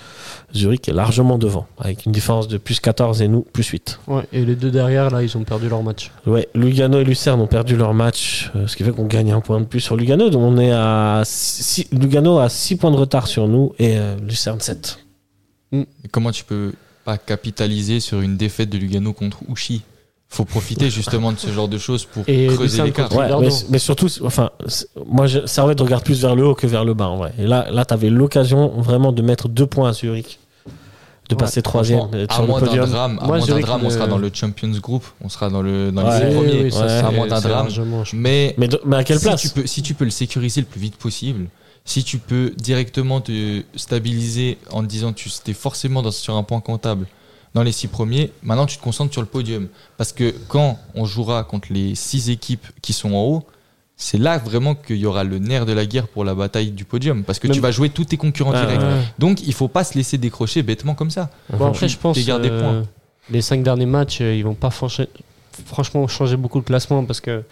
Zurich est largement devant, avec une différence de plus 14 et nous, plus 8.
Ouais, et les deux derrière, là, ils ont perdu leur match.
Ouais, Lugano et Lucerne ont perdu leur match, euh, ce qui fait qu'on gagne un point de plus sur Lugano. Donc on est à six- Lugano a 6 points de retard sur nous et euh, Lucerne 7.
Et Comment tu peux pas capitaliser sur une défaite de Lugano contre Uchi Faut profiter justement de ce genre de choses pour
Et
creuser
Lucerne
l'écart.
contre-
Ouais,
Lugano.
mais, mais surtout, c'est- enfin, c'est- moi, je, Servette regarde plus vers le haut que vers le bas. En vrai. Et là, là tu avais l'occasion vraiment de mettre 2 points à Zurich, de
Ouais,
passer 3
Franchement,
d'être
à
sur
moins
le
d'un
podium.
drame, à
Moi,
moins d'un
Zurich,
drame, on sera
le-
dans le Champions Group, on sera dans, le, dans
Ouais.
les
Oui,
six
oui,
premiers.
ça, c'est-
à moins d'un drame. Mais
Mais, de- mais à quelle
si
place
tu, peux, si tu peux le sécuriser le plus vite possible, si tu peux directement te stabiliser en te disant que tu es forcément dans- sur un point comptable dans les six premiers, maintenant tu te concentres sur le podium. Parce que quand on jouera contre les six équipes qui sont en haut, c'est là vraiment qu'il y aura le nerf de la guerre pour la bataille du podium. Parce que tu
Même-
vas jouer tous tes concurrents
Ah,
directs.
ouais.
Donc il faut pas se laisser décrocher bêtement comme ça.
Bon, après,
Tu-
je pense
tu gardes des
euh,
points.
les cinq derniers matchs, euh, ils vont pas franchi- franchement changer beaucoup le classement parce que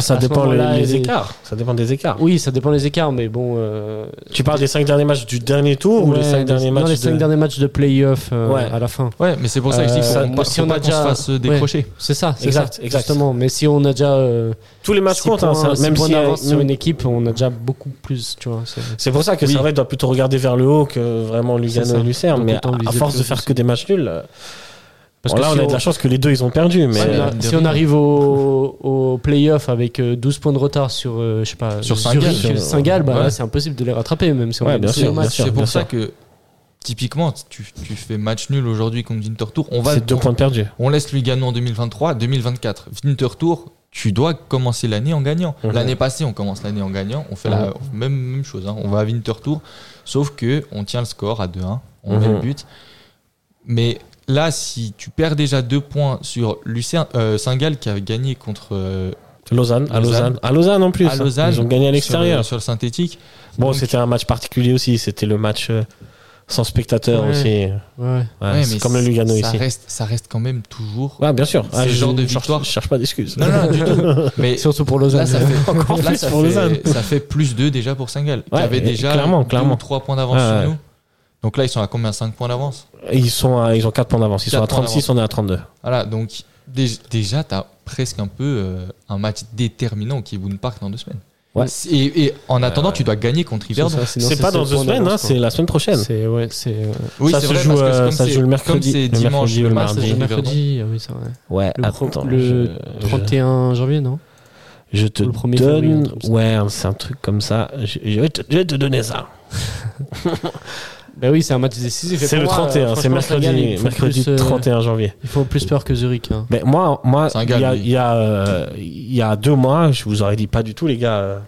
Ça
à ce
dépend les,
moment-là,
les
les-
écarts. Ça dépend des écarts.
oui, ça dépend des écarts, mais bon. euh,
Tu parles des 5 derniers matchs du dernier tour ou
ouais,
les 5 derniers
non,
matchs
les cinq
de-
derniers matchs de playoff euh,
Ouais.
à la fin.
Ouais, mais c'est pour ça que je dis qu'il faut,
Euh,
qu'on-
moi,
faut
si on
pas
a
qu'on
déjà-
se fasse
ouais.
décrocher.
C'est ça, c'est
Exact,
ça,
exact.
justement. Mais si on a déjà euh,
Tous les matchs
six
comptent, hein,
points,
ça-
six
même
points
si
d'avance
euh,
sur une équipe, on a déjà beaucoup plus, tu vois. c'est-
C'est pour ça que
Oui.
Servette doit plutôt regarder vers le haut que vraiment
C'est
Lugano
ça.
et Lucerne.
Donc
Mais
autant
à, à
viser
force
plus
de faire
aussi.
que des matchs nuls, euh,
Parce
bon, là
que
on
si
a de la chance que les deux ils ont perdu. Mais
si on, a-
euh,
euh,
si on arrive au, au play-off avec euh, 12 points de retard sur, euh, je sais pas,
Sur
Zurich,
Saint-Gall.
euh, Saint-Gall, bah,
Ouais.
là, c'est impossible de les rattraper, même si on
Ouais,
gagne
bien
tous
sûr,
les
bien
matchs.
sûr.
C'est pour ça
sûr.
que typiquement, tu, tu fais match nul aujourd'hui contre Winterthur. On va
c'est deux
on-
points de perdu.
On laisse Lugano en 2023, 2024. Winterthur, tu dois commencer l'année en gagnant.
Mhm.
L'année passée, on commence l'année en gagnant, on fait la même, même chose, hein. on va à Winterthur, sauf que on tient le score à 2-1, on met
Mhm.
le but. Mais là, si tu perds déjà deux points sur Lucien, euh, Saint-Gall qui a gagné contre euh,
Lausanne, à
Lausanne.
Lausanne. À Lausanne en plus. hein.
à Lausanne,
Ils ont gagné à
sur- euh,
l'extérieur.
sur, le synthétique,
Bon,
donc-
c'était un match particulier aussi. C'était le match euh, sans spectateur
Ouais.
aussi.
Ouais.
Ouais,
Ouais,
c'est
mais
comme le
c-
Lugano
ça
ici.
Reste, ça reste quand même toujours.
Ouais, bien sûr. Ah,
C'est le genre
je-
de
je cherche-
victoire.
Je cherche pas d'excuses.
Non, non, du tout. Mais
Surtout pour
là,
Lausanne.
ça fait,
Encore
là,
plus
ça,
pour Lausanne.
fait, ça fait plus 2 déjà pour Saint-Gall, qui
Ouais,
avait
et-
déjà
clairement,
deux
clairement.
ou 3 points d'avance
Ouais, ouais.
sur nous. Donc là, ils sont à combien 5 points d'avance
Et Ils, sont à- ils ont 4 points d'avance. Ils sont
Quatre
à
points
36, on est à 32.
Voilà, donc dé- déjà, tu as presque un peu euh, un match déterminant au Kibun Park dans deux semaines.
Ouais.
C'est- Et, et en attendant, tu dois gagner contre Yverdon.
C'est pas dans deux semaines, hein, c'est la semaine prochaine.
C'est ouais, c'est euh,
ça se joue,
c'est
euh,
comme
ça se
c'est-
joue le
comme
mercredi,
c'est
le
dimanche,
mercredi ou
le
le
mardi,
mardi.
le
Yverdon.
mercredi. ah oui, c'est vrai.
Ouais,
Le, pro-
attends.
le
je-
31 janvier, non
je, je te
ou le premier février, un
donne.
truc comme ça.
Ouais, c'est un truc comme ça. Je, je vais, te, je vais te donner ça.
Bah oui, c'est un match décisif. et
C'est le
pour moi,
31,
euh,
c'est
franchement, Saint-Gall, ils
mercredi,
font
mercredi
plus, euh,
31 janvier.
Ils font plus peur que Zurich. hein.
Mais moi, moi,
C'est un
il
gars,
y a,
lui.
il y a, euh, il y a deux mois, je vous aurais dit pas du tout, les gars. euh,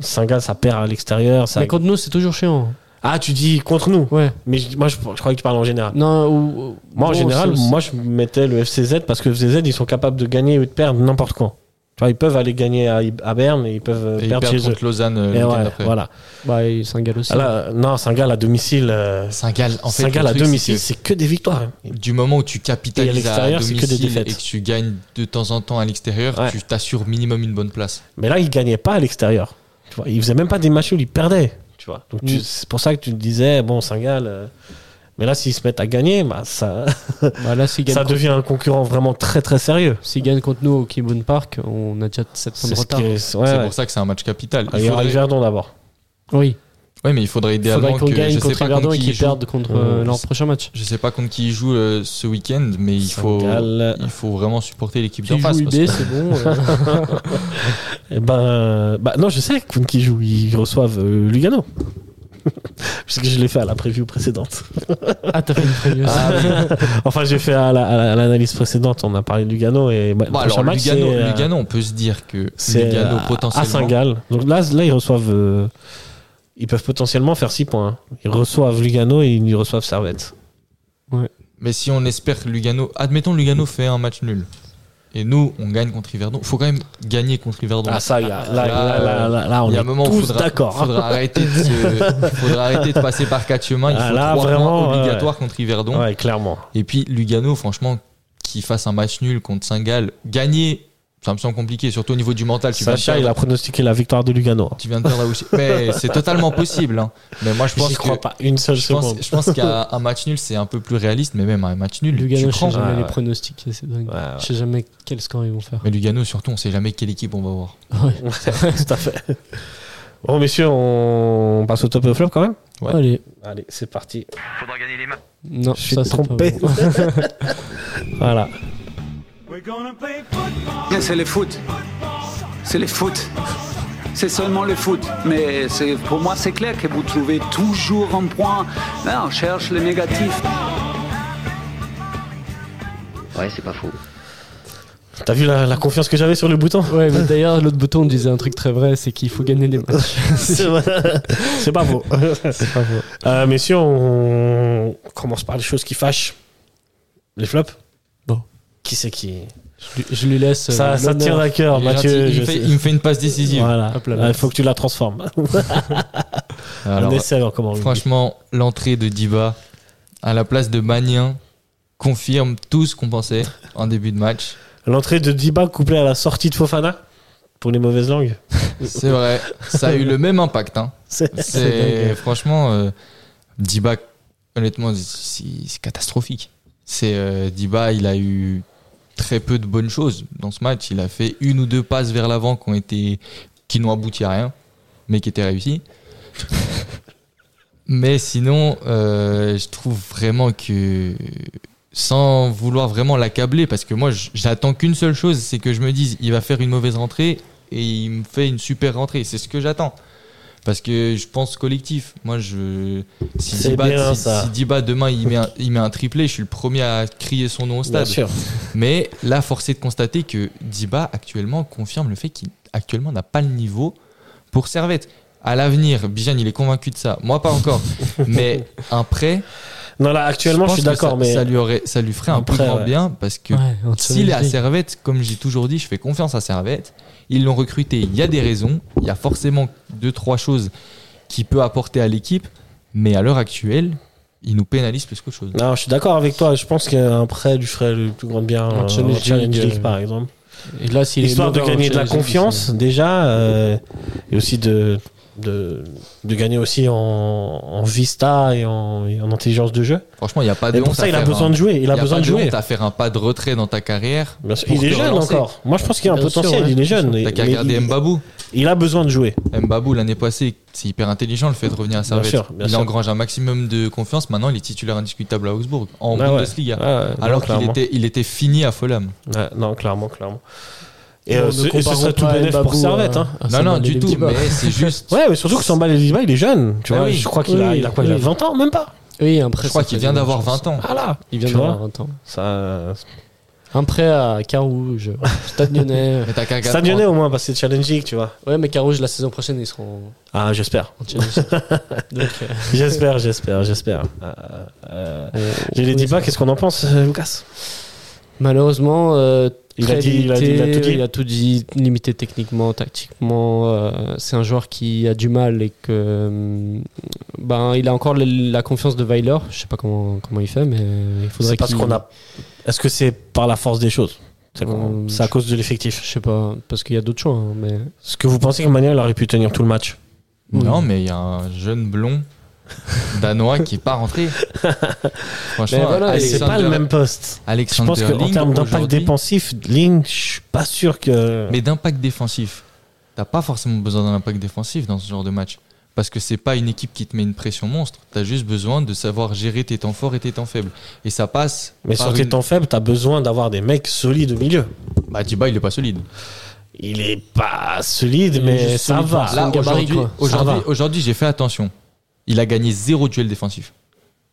Saint-Gall, ça perd à l'extérieur. Ça...
Mais contre nous, c'est toujours chiant. hein.
Ah, tu dis contre nous.
Ouais.
Mais je- moi, je, je croyais que tu parlais en général.
Non, ou, ou-
Moi, en
bon,
général,
c'est-
moi, je mettais le FCZ parce que le FCZ, ils sont capables de gagner ou de perdre n'importe quand. Tu vois, ils peuvent aller gagner à, à Berne et ils peuvent euh,
Et ils
perdre
perdent
chez eux.
contre Lausanne euh,
Et
le week-end
ouais,
d'après.
voilà.
Bah, il s'engale aussi.
Ah là, non, Saint-Gall à domicile. euh,
Saint-Gall, en fait,
Saint-Gall
le
à
truc,
domicile,
c'est
c'est que des victoires. hein.
que du moment où tu
Et à
capitalises à,
l'extérieur, c'est que des
domicile et
défaites.
que tu gagnes de temps en temps à l'extérieur,
Ouais.
tu t'assures minimum une bonne place.
Mais là, ils gagnaient pas à l'extérieur. Tu vois, ils faisaient même pas des matchs où ils perdaient. Tu vois. Donc tu-
Mm.
c'est pour ça que tu te disais bon, Saint-Gall. euh, mais là, s'ils se mettent à gagner, bah, ça,
Bah, là, s'il gagne,
ça
contre-
devient un concurrent vraiment très très sérieux.
s'il gagne contre nous au Kibun Park, on a déjà 7 points
C'est
de
ce
retard.
qui est- ouais,
c'est
ouais. Ah,
pour ça que c'est un match capital.
Il
Il
y aura
faudrait,
Yverdon d'abord.
Oui,
ouais, mais il faudrait
il
idéalement
faudrait qu'on
que
gagne
je sais
contre
pas
Verdun
contre
et
qui ils
qu'ils
jouent.
perdent contre
Ouais,
euh,
je
leur
sais.
prochain match.
Je sais pas contre qui ils jouent euh, ce week-end, mais il faut
Saint-Gall.
il faut vraiment supporter l'équipe d'en
S'ils
face.
jouent
parce
UB, c'est bon. euh.
Eh ben, euh, bah non, je sais qui joue, ils reçoivent euh, Lugano. Puisque je l'ai fait à la preview précédente.
Ah, t'as fait une preview aussi.
Enfin, j'ai fait à la- à la- à l'analyse précédente, on a parlé de Lugano et bah, le
Bon,
prochain
alors,
match,
Lugano,
c'est, euh,
Lugano, on peut se dire que
c'est
Lugano,
à- à
potentiellement.
Saint-Gall. Donc là, là ils reçoivent. euh, ils peuvent potentiellement faire 6 points. hein. Ils reçoivent Lugano et ils reçoivent Servette.
mais si on espère que Lugano. Admettons, Lugano fait un match nul. Et nous, on gagne contre Yverdon. Il faut quand même gagner contre Yverdon.
Ah, ça, il y a- là,
Là,
là, là, là, là, Ah, on
Il y a
est
un moment où
tous
faudra,
d'accord. hein.
faudra arrêter de se- faudra arrêter de passer par quatre chemins. Il
Ah,
faut
là,
trois
vraiment,
points
ouais.
obligatoires contre Yverdon.
Ouais, clairement.
Et puis Lugano, franchement, qui fasse un match nul contre Saint-Gall, gagner, ça me semble compliqué, surtout au niveau du mental. Ah, Tu viens de
Sacha, il
perdre-
a pronostiqué la victoire de Lugano. hein.
tu viens de perdre à Ouchy. Mais c'est totalement possible. hein. Mais moi, je pense
J'y
que-
crois pas une seule
Je pense,
seconde.
je pense qu'un un match nul, c'est un peu plus réaliste, mais même un match nul,
Lugano,
tu
je sais
prends.
jamais
Ouais,
les
ouais.
pronostics, c'est dingue.
Ah. Ouais, ouais.
Je sais jamais quel score ils vont faire.
Mais Lugano, surtout, on sait jamais quelle équipe on va voir.
Ouais.
Tout à fait. Bon, messieurs, on passe au top et au flop quand même
Ouais.
Allez,
Allez, c'est parti.
Faudra gagner les matchs.
non,
Je suis
ça c'est pas
trompé.
bon.
voilà.
C'est le foot. C'est le foot. C'est seulement le foot. Mais c'est- pour moi, c'est clair que vous trouvez toujours un point. Là, on cherche le négatif.
Ouais, c'est pas faux.
T'as vu la, la confiance que j'avais sur le bouton
Ouais, mais d'ailleurs, l'autre bouton disait un truc très vrai, c'est qu'il faut gagner les matchs.
C'est vrai. C'est pas faux.
C'est pas vrai.
Euh, messieurs, on commence par les choses qui fâchent. Les flops
Bon.
Qui c'est qui
Je lui- Je lui laisse. euh,
Ça, ça te tient
l'honneur.
à cœur,
Il est
Mathieu.
gentil, il,
je
me fait,
sais.
il me fait une passe décisive.
Voilà.
Hop là,
Ah, Il faut que tu la transformes.
Alors,
on essaie alors comment on le dit.
franchement, l'entrée de Diba à la place de Magnin confirme tout ce qu'on pensait en début de match.
L'entrée de Diba couplée à la sortie de Fofana pour les mauvaises langues.
C'est vrai, ça a eu le même impact. hein.
C'est-
C'est franchement euh, Diba honnêtement c'est c'est catastrophique. C'est euh, Diba, il a eu très peu de bonnes choses dans ce match, il a fait une ou deux passes vers l'avant qui ont été qui n'ont abouti à rien mais qui étaient réussies. mais sinon euh, je trouve vraiment que sans vouloir vraiment l'accabler parce que moi j- j'attends qu'une seule chose, c'est que je me dise il va faire une mauvaise rentrée et il me fait une super rentrée, c'est ce que j'attends. Parce que je pense collectif. Moi, je. Si
C'est
Diba,
bien,
si-
ça.
si Diba, demain, il met, un, il met un triplé, je suis le premier à crier son nom au
Bien
stade.
sûr.
Mais là, force est de constater que Diba, actuellement, confirme le fait qu'il actuellement n'a pas le niveau pour Servette. À l'avenir, Bijan, il est convaincu de ça. Moi, pas encore. mais un prêt.
Non, là, actuellement, je,
pense
suis
que
d'accord,
ça-
mais.
Ça lui, aurait, ça lui ferait un,
Un
plus
prêt,
grand
ouais.
bien parce que
Ouais, en
s'il est à
Champions League.
Servette, comme j'ai toujours dit, je fais confiance à Servette. Ils l'ont recruté, il y a des raisons. Il y a forcément deux, trois choses qu'il peut apporter à l'équipe. Mais à l'heure actuelle, il nous pénalise plus qu'autre chose.
Non, je suis d'accord avec toi. Je pense qu'un prêt lui ferait le plus grand bien
En
en
Champions
Challenge
League,
League,
euh,
par exemple.
Et là, s'il est
Histoire de
mauvais en
gagner de la
Champions League,
confiance, déjà, euh, et aussi de, de, de gagner aussi en, en vista et en, et en intelligence de jeu.
Franchement, il n'y a pas de
Et pour
honte
ça,
à
il a
faire hein.
besoin
un-
de jouer. Il a
y
besoin
pas
de jouer.
honte à faire un pas de retrait dans ta carrière.
Bien sûr.
pour
Il est
te
jeune
relancer.
encore. Moi, je pense qu'il a un
Bien sûr,
potentiel.
ouais.
il est jeune.
T'as qu'à
mais
regarder
il,
Mbabou.
il a besoin de jouer.
Mbabou, l'année passée, c'est hyper intelligent le fait de revenir à Servette.
sûr, bien
il
sûr.
engrange un maximum de confiance. Maintenant, il est titulaire indiscutable à Augsbourg, en
Ah ouais.
Bundesliga.
Ah, ouais, non,
Alors qu'il
clairement.
était, il était fini à Fulham.
Ouais, non, clairement, clairement. Et,
Non,
euh,
ne
ce, et ce
comparons
serait tout
pas
bénéf pour
Mbappé
Servette.
à-
Hein.
à
non, non,
Samba
du tout.
Ndiba.
Mais c'est juste.
Ouais, mais surtout que Samba Leliba, il est jeune. Tu
Ah
vois,
oui.
je crois qu'il a,
Oui,
il a quoi Il a
oui.
20 ans, même pas.
Oui, un prêt.
Je crois
ça
qu'il
fait
vient
une
d'avoir
chance.
20 ans.
Voilà.
Il vient
Tu
d'avoir
vois
20 ans.
Ça, euh,
Un prêt à Carouge, Stade Lyonnais.
Mais t'as qu'à
ça
regarder-
au moins parce que c'est challenging, tu vois.
Ouais, mais Carouge, la saison prochaine, ils seront
Ah, j'espère.
en challenge. Donc, euh,
J'espère, j'espère, j'espère. Euh, euh, je ne
on
dis
espère.
pas, qu'est-ce qu'on en pense, euh, Lucas
Malheureusement, euh,
Il
très
a dit- il a dit-
limité,
il a tout dit.
dit, limité techniquement, tactiquement. euh, c'est un joueur qui a du mal et que euh, ben il a encore la, la confiance de Weiler. Je sais pas comment comment il fait, mais il faudrait
C'est parce
qu'il-
qu'on a. Est-ce que c'est par la force des choses C'est qu'on-
Euh,
c'est à cause de l'effectif.
Je sais pas parce qu'il y a d'autres choix, hein, mais
Est-ce que vous pensez que Manuel aurait pu tenir tout le match
Non,
Mm.
mais il y a un jeune blond danois qui est pas rentré. Franchement,
Mais voilà,
Ah,
et
C'est pas
Alexander-
le même poste. Je
Alexander
pense qu'en
Ling,
termes d'impact
aujourd'hui,
défensif, Ling, je suis pas sûr que.
Mais d'impact défensif, t'as pas forcément besoin d'un impact défensif dans ce genre de match. Parce que c'est pas une équipe qui te met une pression monstre. T'as juste besoin de savoir gérer tes temps forts et tes temps faibles. Et ça passe.
Mais
par
sur tes
une-
temps faibles, t'as besoin d'avoir des mecs solides au milieu.
Bah, Diba, il est pas solide.
Il est pas solide,
Il est
mais
juste
ça
solide
va.
par
Là,
son gabarit,
aujourd'hui,
quoi.
Ça
aujourd'hui,
va.
aujourd'hui, j'ai fait attention. Il a gagné zéro duel défensif.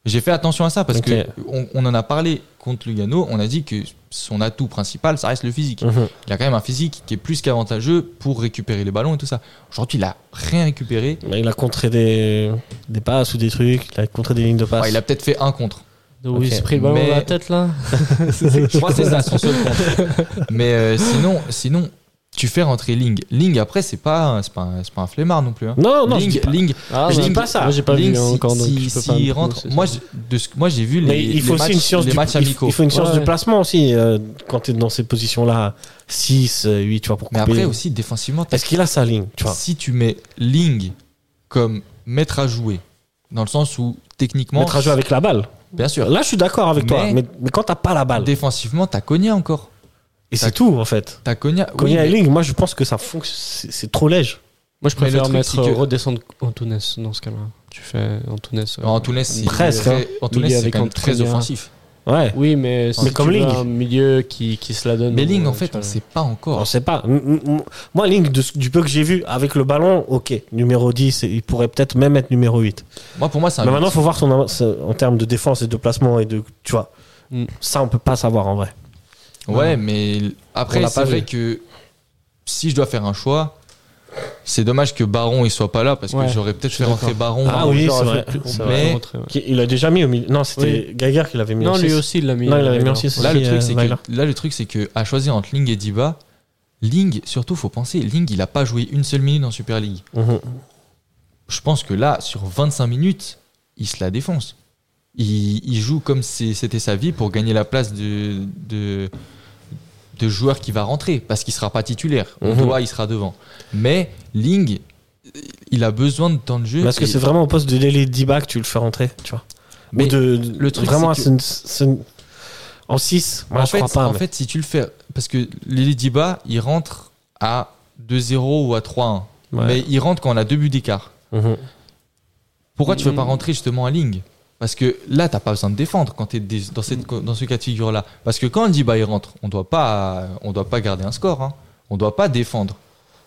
J'ai fait attention à ça parce
Ok.
que on, on en a parlé contre Lugano. On a dit que son atout principal, ça reste le physique.
Mhm.
Il a quand même un physique qui est plus qu'avantageux pour récupérer les ballons et tout ça. Aujourd'hui, il a rien récupéré.
Mais Il a contré des, des passes ou des trucs, il a contré des lignes de passe.
Enfin, Ah, il a peut-être fait un contre.
donc
Ok,
il s'est pris le ballon
mais-
dans la tête là.
Je crois que c'est ça son seul contre. Mais euh, sinon, sinon, tu fais rentrer Ling. Ling après, c'est pas, un- c'est pas, un- c'est pas un flemmard non plus. hein.
Non, non, je dis
Ling,
pas-
Ling,
Ah,
Je
ouais.
dis pas
ça.
Moi, j'ai pas
Ling,
vu hein,
si-
encore, donc
si-
je peux
s'il
pas
rentre, moi, je- de ce, que- moi j'ai vu les,
Mais il faut
les
aussi
matchs,
une science
les
du
matchs
il-
amicaux.
Il faut une science
Ouais,
du
ouais.
placement aussi euh, quand tu es dans ces positions-là, 6, 8, tu vois, pour
Mais
couper.
après aussi, défensivement, t'as-
Est-ce qu'il a sa ligne, tu vois
si tu mets Ling comme maître à jouer, dans le sens où techniquement,
Mettre à jouer avec la balle.
bien sûr,
Là, je suis d'accord avec toi,
Mais-
mais, mais quand t'as pas la balle,
défensivement, t'as Konya encore.
et c'est tout en fait.
T'as Konya.
Quand
oui,
il y a
mais-
ligne, moi je pense que ça fonctionne, c'est- c'est trop léger.
Moi, je
Mais le
préfère
truc,
mettre
c'est que-
euh, redescendre Antunes dans ce cas-là. Tu fais Antunes. euh,
en Tounes, c'est
Presque,
très-
hein.
Antunes,
Milieu
c'est
avec
quand même
Antonia.
très offensif.
Ouais,
Oui, mais, si
comme
tu veux
Ling.
un milieu qui, qui se la donne.
Mais Ling,
euh,
en fait,
tu
on
vois.
sait pas
on
encore.
sait pas. M- m- m- Moi, ligne, de ce- du peu que j'ai vu avec le ballon, ok, numéro 10, et il pourrait peut-être même être numéro 8.
Moi, pour moi, c'est un
mais
but.
maintenant, faut voir son, avance, euh, en termes de défense et de placement et de. Tu vois,
Mm.
ça on peut pas savoir en vrai.
Ouais, mais
On
après,
l'a
c'est
pas
vrai
vu.
que si je dois faire un choix, c'est dommage que Baron il soit pas là parce
Ouais,
que j'aurais peut-être
je suis
fait rentrer Baron.
Ah oui,
Genre,
c'est
en
vrai.
fait,
c'est
on peut
vrai.
pas rentrer, ouais.
Qui- Il a déjà mis au milieu. Non, c'était Gaillard qui l'avait mis en
Non, lui
six.
aussi, il l'a mis.
Non, il
euh,
l'avait mis en
d'ailleurs.
6.
Là, le truc, c'est que, là, le truc, c'est que à choisir entre Ling et Diba, Ling, surtout, faut penser, Ling, il a pas joué une seule minute en Super League.
Mhm.
Je pense que là, sur 25 minutes, il se la défonce. Il, il joue comme si c'était sa vie pour gagner la place de, de, de joueur qui va rentrer, parce qu'il sera pas titulaire. On
Mhm.
doit, il sera devant. Mais Ling, il a besoin de temps de jeu.
Parce que
et-
c'est vraiment au poste de Lélé Diba que tu le fais rentrer, tu vois.
Mais
Ou de, de-
le truc,
vraiment
c'est
à ce- ce- en 6, moi
en
je
fait,
crois pas.
en
mais-
fait, si tu le fais, parce que Lili Diba, il rentre à 2-0 ou à 3-1.
Ouais.
Mais il rentre quand on a deux buts d'écart.
Mhm.
Pourquoi tu veux
Mm.
pas rentrer justement à Ling Parce que là, t'as pas besoin de défendre quand t'es dé- dans,
Mm.
cette, dans ce cas de figure-là. Parce que quand Diba il rentre, on doit pas, on doit pas garder un score. hein. On doit pas défendre.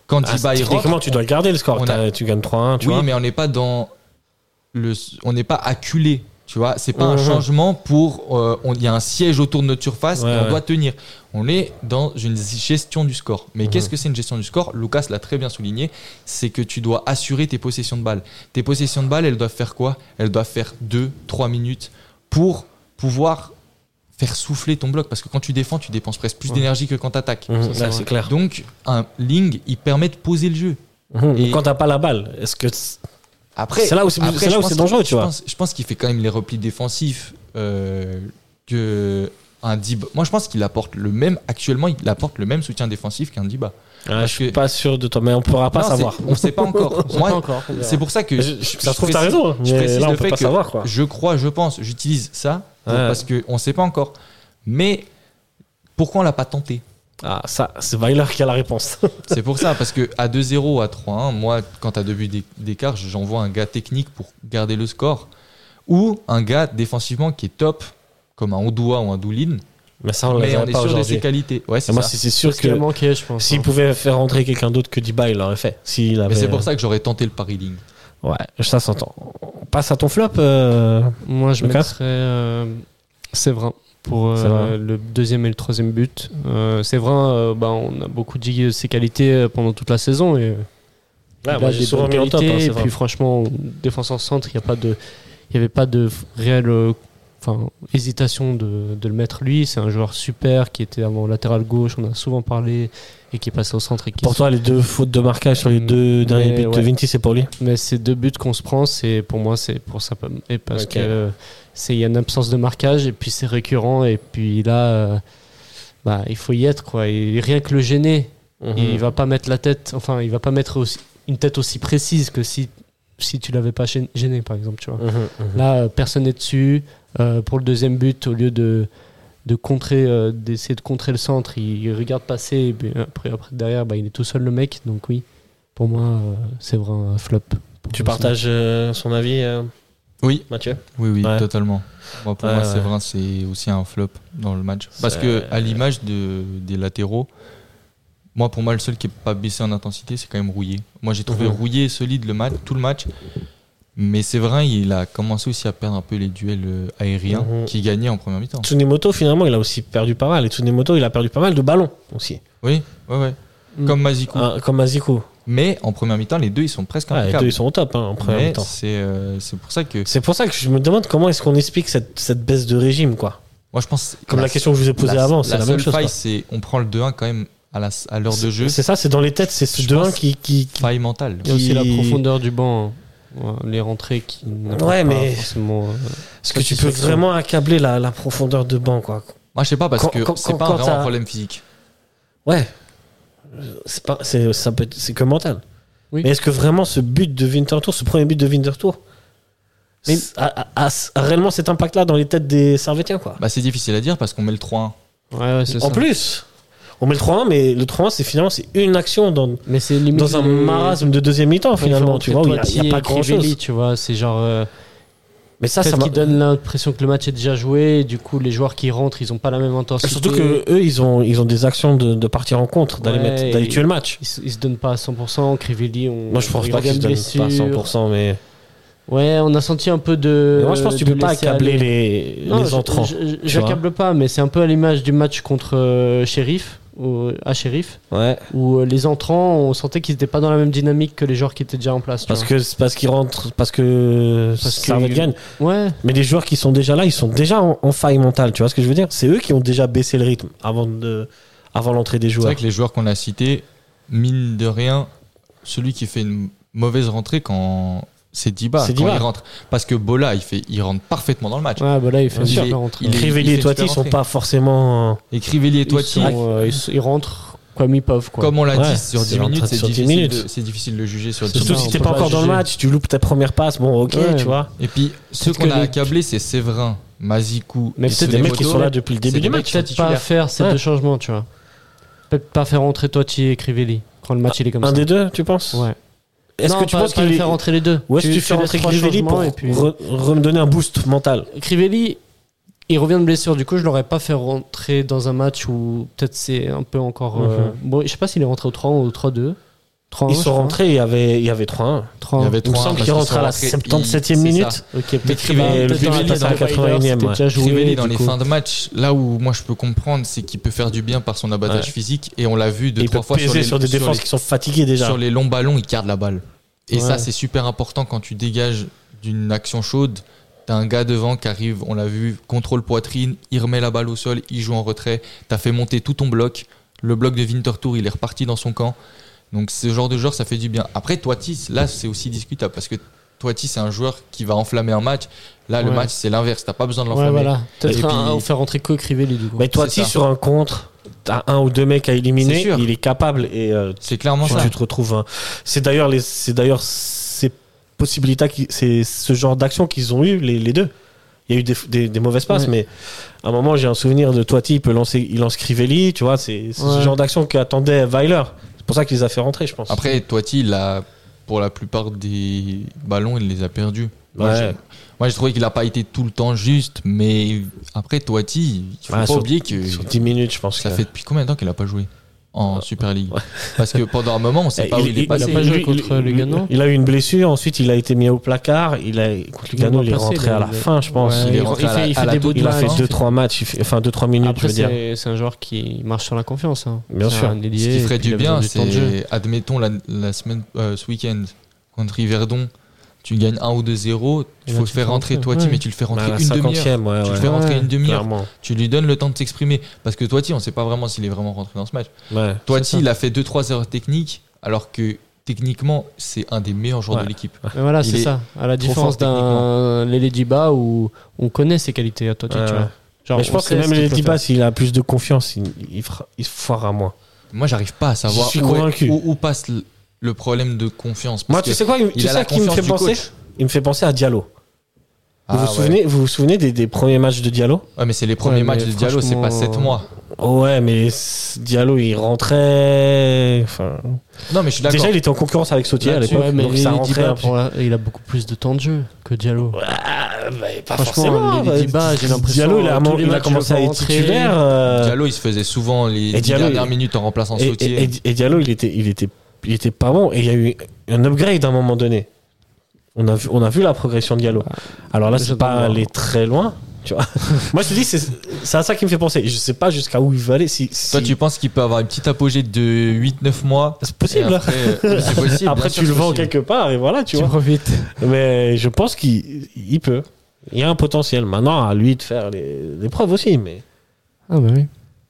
quand
Ah,
Iba il rentre,
techniquement, tu dois le garder le score.
on a-
T'as- Tu gagnes 3-1, tu
oui,
vois.
mais on n'est pas dans le, on n'est pas acculé, tu vois. C'est pas un
Mhm.
changement pour, euh, on- il y a un siège autour de notre surface
Ouais,
et on
ouais.
doit tenir. On est dans une gestion du score. Mais
Uh-huh.
qu'est-ce que c'est une gestion du score Lucas l'a très bien souligné, c'est que tu dois assurer tes possessions de balles. Tes possessions de balles, elles doivent faire quoi Elles doivent faire 2, 3 minutes pour pouvoir faire souffler ton bloc parce que quand tu défends, tu dépenses presque plus
Ouais.
d'énergie que quand tu attaques.
Mhm, ça, c'est clair.
Donc un Ling, il permet de poser le jeu.
Mhm.
Et-
Quand t'as pas la balle, est-ce que. c'est-
Après,
C'est là où c'est-
après,
c'est là
je
où
pense
c'est dangereux,
qu'il-
tu
je
vois.
pense- je pense qu'il fait quand même les replis défensifs euh, que un Dib. Moi, je pense qu'il apporte le même. Actuellement, il apporte le même soutien défensif qu'un Diba.
Ah,
Parce
je suis
que-
pas sûr de toi, mais on pourra pas
Non,
savoir.
c'est- On ne sait pas encore. Moi, c'est pour ça que
Je- je- ça se trouve, t'as raison, hein,
je
mais
précise
là, on
le
peut
fait
pas
que
savoir, quoi.
Je crois, je pense, j'utilise ça pour-
Ouais.
parce qu'on ne sait pas encore. Mais pourquoi on l'a pas tenté
Ah, ça, c'est Weiler qui a la réponse.
C'est pour ça, parce que à 2-0, à 3-1, moi, quand à deux buts d'é- d'écart, j'envoie un gars technique pour garder le score. Ou un gars défensivement qui est top, comme un Ondoua ou un Doulin,
mais ça, on
mais on
l'a
est
pas
sûr de ses
aujourd'hui.
qualités. Ouais, c'est
Et Moi,
ça.
c'est c'est sûr
Ce qui a
que
manqué, je pense.
s'il
hein.
pouvait faire rentrer quelqu'un d'autre que Diba, il l'aurait fait. S'il avait...
Mais c'est pour ça que j'aurais tenté le pari ligne.
Ouais, ça s'entend. On passe à ton flop. euh,
Moi, je
Lucas
mettrais euh, Séverin pour euh,
Séverin.
le deuxième et le troisième but. Euh, Séverin, euh, bah, on a beaucoup dit de ses qualités euh, pendant toute la saison. Et,
Ouais,
il
moi,
a
j'ai
des
souvent
bonnes
mis en top,
qualités,
hein,
et
Séverin.
puis, franchement, défenseur centre, il n'y a pas de, il y avait pas de réelle euh, enfin, hésitation de, de le mettre lui. C'est un joueur super qui était avant latéral gauche, on a souvent parlé, et qui est passé au centre. Et qui
Pour toi, les deux fautes de marquage sur les
Mm,
deux derniers
mais
buts de
ouais.
Vinti, c'est pour lui
Mais ces deux buts qu'on se prend, c'est pour moi, c'est pour ça. Et parce
Ok.
que euh, c'est il y a une absence de marquage et puis c'est récurrent et puis là, euh, bah, il faut y être quoi. Et rien que le gêner,
Mhm.
il va pas mettre la tête. Enfin, il va pas mettre aussi- une tête aussi précise que si si tu l'avais pas gêné- gêné par exemple, tu vois.
Mhm, mhm.
Là, euh, personne n'est dessus. Euh, pour le deuxième but, au lieu de de contrer, euh, d'essayer de contrer le centre, il, il regarde passer. Et puis après, après, derrière, bah, il est tout seul le mec. Donc oui, pour moi, euh, c'est vraiment un flop.
Tu partages euh, son avis, euh,
Oui,
Mathieu
oui, oui,
Ouais.
totalement. Moi, pour
Ouais,
moi,
ouais.
c'est vrai, c'est aussi un flop dans le match. Parce
C'est-
que à l'image de- des latéraux, moi, pour moi, le seul qui n'est pas baissé en intensité, c'est quand même Rouillé. Moi, j'ai trouvé
Mhm.
Rouillé solide le match, tout le match. Mais c'est vrai, il a commencé aussi à perdre un peu les duels euh, aériens
Mhm.
qu'il gagnait en première mi-temps.
Tsunemoto, finalement, il a aussi perdu pas mal. Et Tsunemoto, il a perdu pas mal de ballons aussi.
Oui, ouais, ouais.
Mhm.
Comme Mazikou.
Ah, comme Mazikou.
Mais en première mi-temps, les deux, ils sont presque
Ah, les
impeccables.
deux, ils sont au top hein, en première
Mais
mi-temps.
c'est euh, c'est pour ça que
C'est pour ça que je me demande comment est-ce qu'on explique cette, cette baisse de régime, quoi.
moi, je pense
Comme la, question que je vous ai posée avant, c'est la, même
seule
chose.
faille,
quoi.
c'est on prend le 2-1 quand même à la- à l'heure de jeu.
C'est ça, c'est dans les têtes, c'est ce
Je
2-1
pense-
qui, qui- qui-
faille mentale.
Il y a aussi
qui-
la profondeur du banc, hein. Ouais, les rentrées qui n'apportent
Ouais,
pas
mais-
forcément. euh,
Parce que tu peux vraiment accabler la, la profondeur de banc, quoi.
Moi, je sais pas, parce
Quand-
que
quand-
c'est
quand-
pas
quand
vraiment un
t'as-
problème physique.
Ouais. C'est pas, c'est, ça peut être- c'est que mental.
Oui.
Mais est-ce que vraiment ce but de Winterthur, ce premier but de Winterthur,
Mais-
c'est- a, a- a- a réellement cet impact-là dans les têtes des Servetiens, quoi
Bah, c'est difficile à dire parce qu'on met le 3-1.
Ouais, ouais, c'est
En
ça.
plus, on met le 3-1, mais le 3-1, c'est finalement c'est une action dans,
mais c'est limite
dans un
les-
marasme de deuxième mi-temps,
quand ils font
finalement. Tu
rentrer
vois, où il y a-
Toiti
il n'y a,
et
pas grand-chose.
Crivelli, Tu vois, c'est genre. euh,
Mais ça, ça
peut-être
m'a.
qui donne l'impression que le match est déjà joué. et du coup, les joueurs qui rentrent, ils ont pas la même intensité.
Surtout que eux, ils ont, ils ont des actions de, de partir en contre, d'aller
Ouais,
mettre, d'aller
et-
tuer le match.
Ils, se- ils se donnent pas à 100%. Crivelli, on.
Moi, je pense
il
pas qu'ils
regagne
se donnent
blessure.
pas 100%, mais.
Ouais, on a senti un peu de.
mais moi, je pense que tu
Euh, de
peux pas
laisser
accabler
aller.
les,
Non,
les
je-
entrants.
je- je-
tu
J'accable pas, mais c'est un peu à l'image du match contre euh, Sheriff, ou, à Sheriff,
Ouais.
où euh, les entrants, on sentait qu'ils n'étaient pas dans la même dynamique que les joueurs qui étaient déjà en place. tu
Parce
vois.
que c'est parce qu'ils rentrent, parce que
Parce
ça
que-
gagne.
Ouais,
Mais les joueurs qui sont déjà là, ils sont déjà en, en faille mentale. Tu vois ce que je veux dire C'est eux qui ont déjà baissé le rythme avant de, avant l'entrée des
C'est
joueurs.
vrai que les joueurs qu'on a cités, mine de rien, celui qui fait une mauvaise rentrée quand c'est Diba,
C'est
quand
Diba.
il rentre. Parce que Bola, il, fait, il rentre parfaitement dans le match.
ouais bah là, il fait
Il
une
est-
super rentrée.
il est-
Crivelli
il
et
fait
Toiti
une super
sont
entrée.
pas forcément. euh,
Et Crivelli et
Ils,
Toiti,
sont, euh, ils s- ils rentrent comme ils peuvent. Quoi.
comme on l'a
Ouais,
dit, sur
c'est
10 minutes,
rentré
c'est
sur 10
difficile,
minutes.
de- c'est difficile de juger sur 10
Surtout
minutes.
on
si t'es
peut
pas
pas
encore dans le
juger.
match, tu loupes ta première passe. Bon, ok,
Ouais.
tu vois.
Et puis, ceux
Peut-être
qu'on
que
a
les-
accablés, c'est Séverin, Mazikou,
Mais
et
c'est des mecs qui
Tsunemoto.
sont là depuis le début
c'est
du
des
match.
mecs
Peut-être pas
titulaires.
faire ces
Ouais.
deux changements, tu vois. Peut-être pas faire rentrer Toiti et Crivelli quand le match il est comme
Ah, Un
ça.
des deux, tu penses
Ouais.
Est-ce
Non,
que tu
pas-
penses
pas
qu'il
les
est.
faire rentrer les deux
Ou est-ce que tu fais
laisses
rentrer
trois
Crivelli
changements
pour
et puis-
re- re- me donner un boost mental
Crivelli, il revient de blessure, du coup, je l'aurais pas fait rentrer dans un match où peut-être c'est un peu encore. euh,
Mhm.
bon, je sais pas s'il est rentré au 3 ou au 3-2. 3-1,
Ils
Bah, je
sont
crois.
rentrés, il y avait, il y avait 3-1.
3-1.
Il y avait
Il me semble
3-1, parce
qu'ils
qu'ils
rentrent
sont
à la
rentrés,
77 e
ils- c'est
minute.
ça.
Ok, peut-être
Crivelli,
que
le
peut-être
public
dans
était
l'attaque
à
de Baylor,
81e,
c'était
ouais.
déjà joué,
Crivelli, dans
du
les
coup.
fins de match, là où moi je peux comprendre, c'est qu'il peut faire du bien par son abattage
Ouais.
physique et on l'a vu deux,
Et il peut
trois fois
peser
sur
sur,
les,
des défenses
les-
qui sont fatiguées déjà.
sur les longs ballons, il garde la balle. Et
Ouais.
ça, c'est super important quand tu dégages d'une action chaude. T'as un gars devant qui arrive, on l'a vu, contrôle poitrine, il remet la balle au sol, il joue en retrait. T'as fait monter tout ton bloc. Le bloc de Wintertour, il est reparti dans son camp. Donc ce genre de joueur, ça fait du bien. Après, Toitis, là, c'est aussi discutable parce que Toitis, c'est un joueur qui va enflammer un match. Là, le
Ouais.
match, c'est l'inverse. T'as pas besoin de
Ouais,
l'enflammer.
voilà.
Et
Peut-être
puis-
un- un- on fait rentrer que Crivelli, du coup.
Mais toi,
C'est
si
ça.
sur un contre, t'as un ou deux mecs à
C'est
éliminer,
sûr.
il est capable et euh,
C'est clairement
tu,
ça.
tu te retrouves. un- C'est d'ailleurs les, c'est d'ailleurs ces possibilités, qui, c'est ce genre d'action qu'ils ont eu les, les deux. Il y a eu des, des- des mauvaises passes,
Ouais.
mais à un moment j'ai un souvenir de Toiti, il peut lancer, il lance Crivelli, tu vois, c'est, c'est
Ouais.
ce genre d'action qu'attendait Weiler. C'est pour ça qu'il les a fait rentrer, je pense.
Après, Toiti, il a- pour la plupart des ballons, il les a perdus. Moi,
Ouais.
j'ai- Moi, j'ai trouvé qu'il n'a pas été tout le temps juste, mais après, Toiti, il faut
Ouais,
pas
sur-
oublier que
sur 10 minutes, je pense.
ça
que-
fait depuis combien de temps qu'il n'a pas joué en Super League Parce que pendant un moment, on ne sait
Eh,
pas où il, est
Euh, il a
passé.
pas joué
lui-
contre
il-
Lugano
Il a eu une blessure, ensuite il a été mis au placard. Il a, contre Lugano, il est
passé,
rentré
il a-
à la
il a-
fin, je pense.
Ouais,
il est
il-
rentré
il
à
fait-
la-
il fait
à la
des
toute
bouts de
Il a
match,
fait
hein.
2-3 matchs, il fait- enfin 2-3 minutes, je
Après,
veux dire.
c'est c'est un joueur qui marche sur la confiance. hein.
Bien
C'est
sûr.
un
Ce
ailier,
qui ferait
puis il
du
a besoin
bien,
temps de jeu.
c'est, admettons, la, la semaine, euh, ce week-end, contre Yverdon, tu gagnes 1 ou 2-0,
Et
il
là,
faut
tu
faire
fais
rentrer
rentrer,
Toiti,
ouais.
mais tu le fais rentrer
À la
une demi-heure.
50e, ouais,
Tu le
ouais.
fais rentrer
Ouais.
une demi-heure.
Clairement.
Tu lui donnes le temps de s'exprimer. Parce que Toiti, on ne sait pas vraiment s'il est vraiment rentré dans ce match.
Ouais.
Toiti, il a fait 2-3 erreurs techniques, alors que techniquement, c'est un des meilleurs joueurs
Ouais.
de l'équipe.
Mais voilà,
Il
c'est
est
ça. À la
trop
différence
fort
d'un Lele Diba où on connaît ses qualités à toi, tu
Ouais, Bah,
vois.
ouais.
Genre,
Mais je
on
pense que
sait ce
même
qu'il
les
peut
Diba,
faire.
s'il a plus de confiance, il, il, fera- il se foire à moi.
Moi, j'arrive pas à savoir
suis
où, est-
convaincu.
où- où passe le, le problème de confiance. parce
Moi, tu
que
sais quoi il- Tu
il a
sais
la
qui me
confiance
fait
du
penser
coach.
Il me fait penser à Diallo.
Ah,
vous, vous
ouais.
souvenez, vous vous souvenez des, des premiers matchs de Diallo
Ouais, mais c'est les premiers
Ouais,
matchs
mais
de Diallo, c'est pas
franchement,
7 mois.
Ouais, mais c- Diallo, il rentrait. Enfin,
Non, mais je suis d'accord.
euh,
Bah,
déjà, il était en concurrence avec Sautier à
Là-dessus,
l'époque,
Ouais, mais
donc ça
Lele
rentrait
Diba,
un peu.
pour la- il a beaucoup plus de temps de jeu que Diallo.
Ah,
Bah,
mais pas
Franchement,
forcément.
Lele Diba, j'ai l'impression,
Diallo, il a,
tous les
il a
matchs,
commencé
je
à
le vois
être
rentrer.
titulaire. euh,
Diallo, il se faisait souvent les dix
Diallo,
dernières
il-
minutes en remplaçant
Et, et-
Sautier.
et- et Diallo, il était, il était, il était pas bon. Et il y a eu un upgrade à un moment donné. On a vu, on a vu la progression de Diallo. Alors là,
Ça
c'est
donne
pas
voir.
aller très loin. Tu vois. Moi, je te dis, c'est c'est à ça qui me fait penser. Je sais pas jusqu'à où il va aller. Si, si-
Toi, tu penses qu'il peut avoir une petite apogée de 8-9 mois
c'est
et
possible. hein.
Après, euh, c'est possible,
Après,
bien sûr
tu le
que
vends
c'est possible.
quelque part et voilà, tu vois.
profites.
Mais je pense qu'il il peut. Il y a un potentiel. Maintenant, à lui de faire les, les preuves aussi. Mais
Ah, bah oui.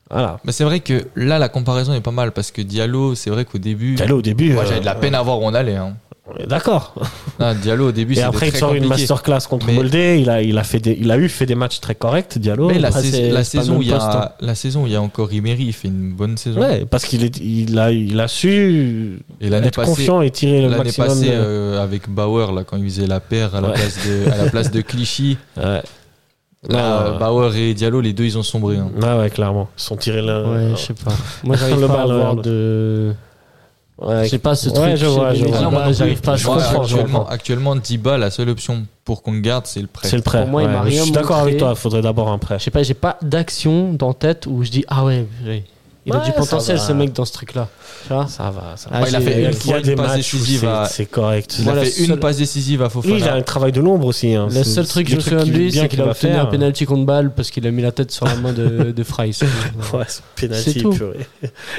voilà.
Mais c'est vrai que là, la comparaison est pas mal parce que Diallo, c'est vrai qu'au début,
Diallo, au début.
moi
euh,
j'avais de la peine à voir où on allait. hein.
on est D'accord.
Ah, Diallo, au début,
Et
c'était
après, il
très
sort une
compliqué.
masterclass contre
Mais-
Moldé. Il a, il, a fait des, il a eu fait des matchs très corrects, Diallo.
Mais la,
Après,
sais-
c'est-
la
c'est pas le
saison, où il y
même poste, hein.
a, la saison où il y a encore Imery, il fait une bonne saison.
Ouais, parce qu'il est, il a, il a su
Et l'année
être
passée,
confiant et tirer le
l'année
maximum.
passée
de-
euh, avec Bauer, là, quand il faisait la paire à la,
Ouais.
place, de, à la place de Clichy,
Ouais.
euh, là, euh,
Ouais.
Bauer et Diallo, les deux, ils ont sombré. hein.
Ouais, ouais, clairement. Ils sont tirés le.
Ouais, je sais pas. Moi,
Le
j'arrive pas à
ballon,
avoir
le-
de.
Ouais.
Je sais pas ce
Ouais,
truc.
je vois,
chez
je
Lele
vois.
Ah,
Diba,
non, moi non plus.
J'arrive pas à
Je
Moi,
comprends,
choisir.
je
actuellement,
comprends.
actuellement, Diba, la seule option pour qu'on le garde, c'est le prêt.
C'est le prêt.
Pour moi, il m'a
ouais. Je
rien
suis d'accord
montré.
avec toi. Il faudrait d'abord un prêt.
Je sais pas, j'ai pas d'action dans tête où je dis ah ouais, ouais. il a
Ouais,
du
ça
potentiel
va.
ce mec dans ce truc là. Tu vois
Ça va. Ça
Ah,
Ouais, il a
c'est-
fait
Il y a, il
une
y a
fois
des
une passe
matchs où c'est
décisive à.
c'est correct.
Il
Moi,
a
la
fait une
seule-
passe décisive à
Lui, il a
Fofana.
un travail de l'ombre aussi. hein.
Le
C'est-
seul truc que
le
je me souviens de
qu'il-
lui,
bien qu'il
c'est qu'il a
va
obtenu
faire.
un penalty contre balle parce qu'il a mis la tête sur la main de, de Fry. c'est tout.
Ouais, ce penalty,
C'est tout.
purée.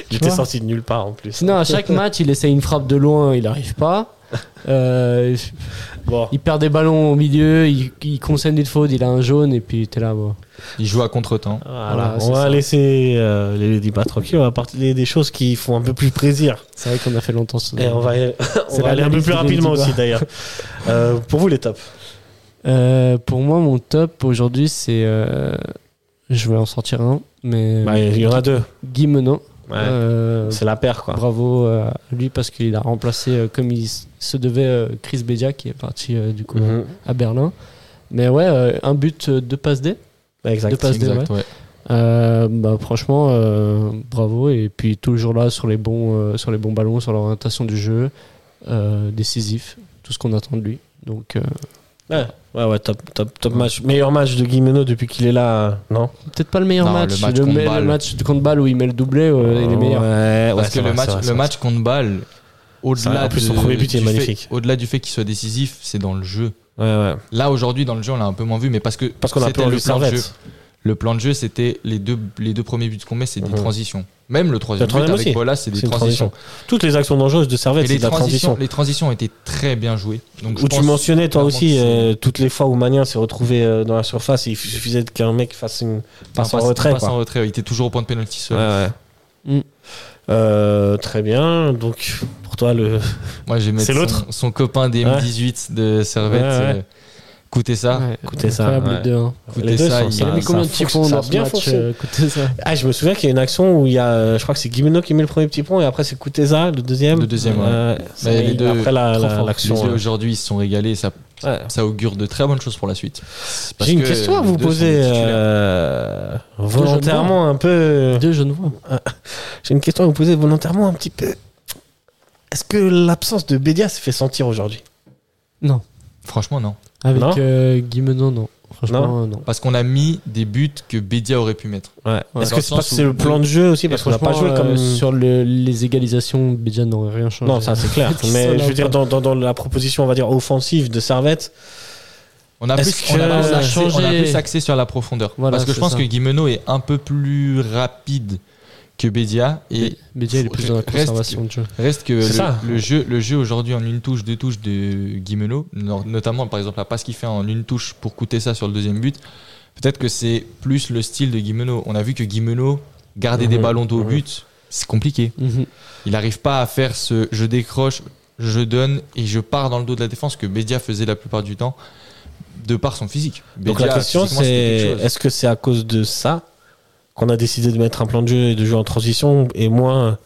Il était
vois
sorti de nulle part en plus.
Sinon, à chaque match, il essaie une frappe de loin, il n'arrive pas. Euh,
Bon.
il perd des ballons au milieu, il, il concède une faute, il a un jaune et puis t'es là. Bon.
Il joue à contre-temps.
Voilà,
Voilà,
on
c'est
va
ça.
laisser euh, les Lady pas tranquilles, on va parler des choses qui font un peu plus plaisir.
C'est vrai qu'on a fait longtemps ce
Et on va, on
C'est
va aller un peu
l'analyse
plus
de
rapidement
Lady
aussi
Bar.
d'ailleurs. Euh, pour vous les tops.
Euh, Pour moi, mon top aujourd'hui, c'est. euh, je vais en sortir un, mais.
Bah, Il y en a deux.
Guy Menon.
Ouais.
euh,
C'est la paire quoi.
Bravo euh, à lui parce qu'il a remplacé euh, comme il s- se devait euh, Chris Bedia qui est parti euh, du coup
Mhm.
à Berlin. Mais ouais, euh, un but euh, de passe D.
Exact.
De passe D, ouais.
Exact, ouais.
Euh, bah, franchement, euh, bravo. Et puis toujours là sur les bons, euh, sur les bons ballons, sur l'orientation du jeu, euh, décisif, tout ce qu'on attend de lui. Donc euh,
Ouais. ouais, ouais, top, top, top match. Meilleur match de Guimeno depuis qu'il est là, euh, non
peut-être pas le meilleur
Non,
match,
le match
le,
contre
me- le
Bâle.
match contre balle où il met le doublé, euh, il est meilleur.
Oh, Ah Ouais, ouais,
Parce
c'est
que
vrai,
le match,
c'est vrai, c'est
le
vrai.
match contre balle,
Ça,
au-delà
en plus,
de-
son premier but, il est
du fait-
magnifique.
Au-delà du fait qu'il soit décisif, c'est dans le jeu.
Ouais, ouais.
Là, aujourd'hui, dans le jeu, on l'a un peu moins vu, mais parce que
Parce qu'on a
c'était
peur
le
du
plan de jeu.
servette.
Le plan de jeu, c'était les deux, les deux premiers buts qu'on met, c'est des
Mhm.
transitions. Même le troisième,
Le troisième
but avec
aussi.
Bola, c'est des
C'est une
transitions.
transition. Toutes les actions dangereuses de
Et
servette, c'est
les
de la
transitions,
transition.
les transitions étaient très bien jouées. Donc, je
Où tu
pense
mentionnais toi
clairement
aussi
que c'est-
euh, toutes les fois où Manien s'est retrouvé euh, dans la surface, il suffisait qu'un mec fasse une passe
un
en retrait.
passe
quoi.
en retrait. Il était toujours au point de pénalty seul.
Ouais, ouais.
Mm.
Euh, très bien. Donc pour toi le
Moi, je vais mettre
C'est l'autre
son, son copain des
Ouais.
M18 de Servette.
Ouais, ouais.
euh, Coûtez ça.
Ouais,
écoutez ça,
incroyable,
ouais.
les deux, hein.
Coûtez
Les deux
ça.
sont-
il
c'est
y a-
les
Mais
ça
combien de
fonctionne,
typons
ça a
dans ce
bien
match
fonctionné.
euh, écoutez ça.
ah je me souviens qu'il y a une action où il y a euh, je crois que c'est Guimeno qui met le premier petit pont et après c'est Kuteza le deuxième.
Le deuxième, ouais.
Euh,
Mais
c'est-
les deux,
après la-
trop
la-
fort.
l'action.
Les deux,
euh,
Aujourd'hui, ils se sont régalés. Ça,
ouais.
ça augure de très bonnes choses pour la suite. Parce
J'ai une
que
question à
les
vous
deux sont
poser
des titulaires.
euh, volontairement un peu.
Deux jeunes voix.
J'ai une question à vous poser volontairement un petit peu. Est-ce que l'absence de Bédia se fait sentir aujourd'hui
Non.
Franchement, non.
Avec
Non
euh, Guimeneau, non. Franchement, euh, non.
Parce qu'on a mis des buts que Bedia aurait pu mettre.
ouais. Est-ce que
Dans le
c'est pas
sens
que c'est
où-
le plan de jeu aussi
Et
parce qu'on n'a pas
franchement,
joué comme
euh, sur le- les égalisations, Béjan n'aurait rien changé.
Non, ça c'est clair. Mais je veux dire, dans, dans, dans la proposition, on va dire, offensive de Servette,
On a
Est-ce
plus, on
que-
a, plus
ça a
axé- on a
changé
plus axé sur la profondeur.
Voilà,
Parce que je
c'est
pense
ça.
que Guimeno est un peu plus rapide que Bedia. Et
Béjan, il est plus dans la
Reste-
conservation de jeu.
reste que
C'est ça.
le, le jeu, le jeu aujourd'hui en une touche, deux touches de Guimeno, no- notamment par exemple la passe qu'il fait en une touche pour coûter ça sur le deuxième but, peut-être que c'est plus le style de Guimeno. On a vu que Guimeno garder des
Mhm.
ballons dos au
Mhm.
but, c'est compliqué.
Mhm.
Il n'arrive pas à faire ce je décroche, je donne et je pars dans le dos de la défense que Bedia faisait la plupart du temps de par son physique.
Donc
Bedia,
la question
physiquement,
c'est
c'était quelque chose.
est-ce que c'est à cause de ça qu'on a décidé de mettre un plan de jeu et de jouer en transition et moins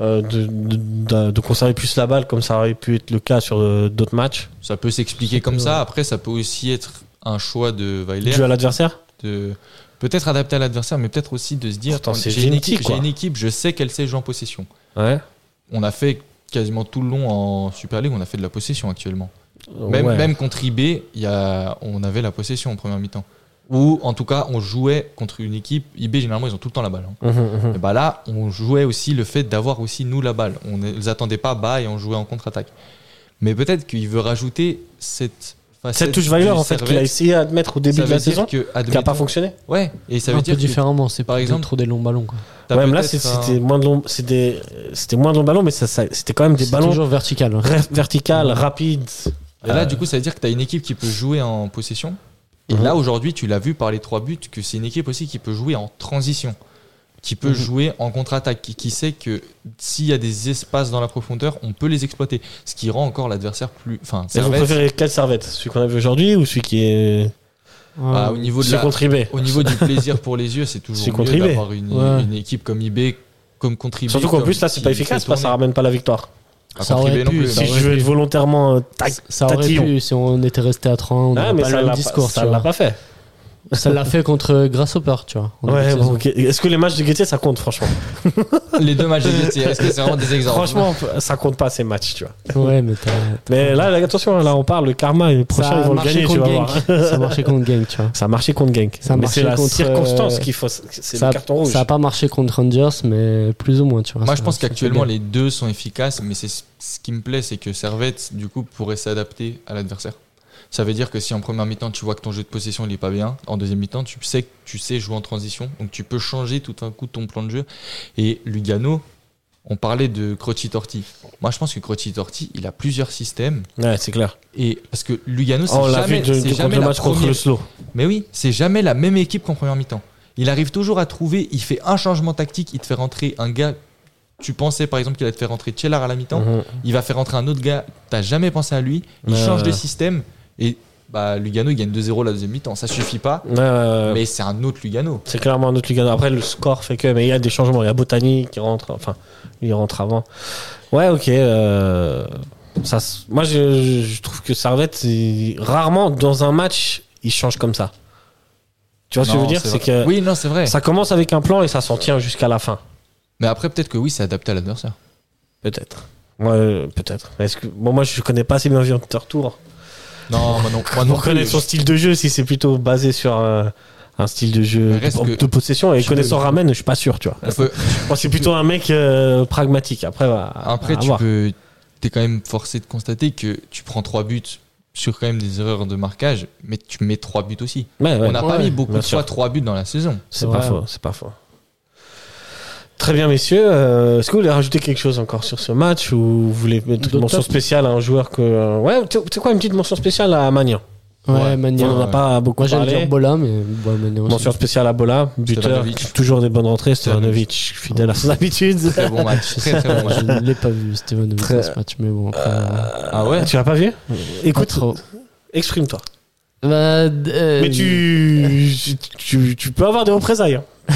euh, de, de- de- de conserver plus la balle comme ça aurait pu être le cas sur euh, d'autres matchs
Ça peut s'expliquer comme ça. Après, ça peut aussi être un choix de Weiler
dû à l'adversaire
de peut-être adapter à l'adversaire, mais peut-être aussi de se dire
Pourtant, c'est
j'ai une,
génétique,
équipe, j'ai
quoi.
une équipe, je sais qu'elle sait jouer en possession.
Ouais.
On a fait quasiment tout le long en Super League, on a fait de la possession actuellement.
Euh,
Même, même contre IB, il y a, on avait la possession en première mi-temps. Ou en tout cas, on jouait contre une équipe. IB, généralement, ils ont tout le temps la balle. hein.
Mhm, mhm.
Et bah là, on jouait aussi le fait d'avoir aussi nous la balle. On ne les attendait pas bas et on jouait en contre-attaque. Mais peut-être qu'il veut rajouter cette
Cette
facette
touche Weiler
du
en fait qu'il a
Servette.
essayé à mettre au
Ça
début
veut
de la
dire
saison
que,
qui n'a pas
admettons-
fonctionné.
Ouais, et ça
un
veut
peu
dire que
différemment, c'est
par
par exemple
exemple-
trop des longs ballons. Quoi.
t'as
ouais, mais là
peut-être
c'est-
un-
c'était moins de long- c'était c'était moins de longs ballons mais ça, ça- c'était quand même des
C'est
ballons
toujours vertical. hein.
ref- verticales, rapides.
Et là, du coup, ça veut dire que tu as une équipe qui peut jouer en possession. Et
Euh. Mhm.
là, aujourd'hui, tu l'as vu par les trois buts, que c'est une équipe aussi qui peut jouer en transition, qui
Mhm.
peut jouer en contre-attaque, qui, qui sait que s'il y a des espaces dans la profondeur, on peut les exploiter. Ce qui rend encore l'adversaire plus. Enfin,
Et vous
Servette,
préférez quelle servette Celui qu'on a vu aujourd'hui ou celui qui est
bah, au, niveau de
celui
la-
contribué
au niveau du plaisir pour les yeux, c'est
C'est
toujours mieux
contribué.
d'avoir une,
Ouais.
une équipe comme IB, comme contribué.
Surtout qu'en
comme-
plus là c'est
qui
pas
fait
efficace, parce que ça
tourner.
ramène pas la victoire.
Pas
Ça aurait
contribué non
pu,
plus,
ça
mais-
si je veux être volontairement euh, tac,
Ça aurait
tatillon.
pu si on était resté à 30, on
Ah,
aurait
mais
pas
ça
le
l'a
même
pas-
discours.
ça
tu
l'a
vois.
pas fait.
Ça l'a fait contre Grasshopper, tu vois. en
Ouais,
début de
bon,
saison.
ok. Est-ce que les matchs de Gauthier ça compte franchement
Les deux matchs de Gaëtier, est-ce que c'est vraiment des exemples
Franchement, ça compte pas ces matchs, tu vois.
Ouais, mais t'as-
Mais là, là, attention, hein, là on parle le karma et le prochain
ça
ils
a
vont le
marché
gagner, tu
contre
vas voir. hein.
Genk. Ça a marché contre Gang, tu vois.
Ça a marché contre Genk.
Ça a
Mais
marché
c'est la
contre,
circonstance
euh,
qu'il faut. C'est
ça,
le carton rouge.
ça a pas marché contre Rangers, mais plus ou moins, tu vois. Ah,
Moi,
ça-
je pense
ça fait
qu'actuellement,
bien.
les deux sont efficaces, mais c'est ce qui me plaît, c'est que Servette, du coup, pourrait s'adapter à l'adversaire. Ça veut dire que si en première mi-temps, tu vois que ton jeu de possession, il est pas bien, en deuxième mi-temps, tu sais que tu sais jouer en transition, donc tu peux changer tout un coup ton plan de jeu. Et Lugano, on parlait de Croci Torti. Moi, je pense que Croci Torti, il a plusieurs systèmes.
Ouais, c'est clair.
Et parce que Lugano, c'est
On l'a vu
jamais,
de-
c'est
de-
jamais
contre le
la
match contre
première-
le slow.
mais oui, c'est jamais la même équipe qu'en première mi-temps. Il arrive toujours à trouver, il fait un changement tactique, il te fait rentrer un gars. Tu pensais par exemple qu'il allait te faire rentrer Tchellar à la mi-temps,
Mhm.
il va faire rentrer un autre gars, t'as jamais pensé à lui, il
Ouais,
change de
ouais.
système et bah, Lugano il gagne 2-0 la deuxième mi-temps, ça suffit pas,
Ouais, ouais, ouais.
mais c'est un autre Lugano.
C'est clairement un autre Lugano. Après, le score fait que. Mais il y a des changements. Il y a Botany qui rentre. Enfin, il rentre avant. Ouais, ok. euh, ça, s- moi, je, je trouve que Servette, c'est- rarement dans un match, il change comme ça. Tu vois ce que je veux
Non,
dire C'est que
Oui, non, c'est vrai.
ça commence avec un plan et ça s'en tient jusqu'à la fin.
Mais après, peut-être que oui, c'est adapté à l'adversaire.
Peut-être. Moi, euh, peut-être. Est-ce que... Bon, moi, je connais pas assez bien Tour.
Non, moi non, moi Ah, non
Pour connaître son
plus.
style de jeu, si c'est plutôt basé sur. euh, un style de
Mais
jeu
reste
de,
que-
de possession et connaissant Ramen, je suis pas sûr, tu vois.
On peut-
Moi, c'est plutôt un mec euh, pragmatique. Après, bah,
Après,
à
tu
voir.
peux, t'es quand même forcé de constater que tu prends trois buts sur quand même des erreurs de marquage, mais tu mets trois buts aussi.
Ouais, ouais.
On n'a pas
Ouais,
mis beaucoup
bien
de fois
sûr.
trois buts dans la saison.
C'est
C'est
pas
vrai.
faux, c'est pas faux. Très bien, messieurs. Euh, Est-ce que vous voulez rajouter quelque chose encore sur ce match ou vous voulez mettre une
D'autres
mention
tops
spéciale à un joueur que. euh, Ouais, tu tu sais quoi, une petite mention spéciale à Magnan
Ouais,
Ouais.
On
Magnan.
n'en a
ouais.
pas beaucoup
Moi, j'aime
parlé.
bien Bola, mais bon, Magnan aussi.
Mention spéciale à Bola, buteur,
Stevanovic.
toujours des bonnes rentrées. Stevanovic, fidèle à son habitude.
Très bon match.
Je
Très, très bon match.
je ne l'ai pas vu, Steven de
Très-
ce match, mais bon. après, euh,
Ah ouais
Tu l'as pas vu
pas
Écoute,
trop.
exprime-toi.
Bah, d- euh,
Mais tu, tu, tu peux avoir des représailles. hein.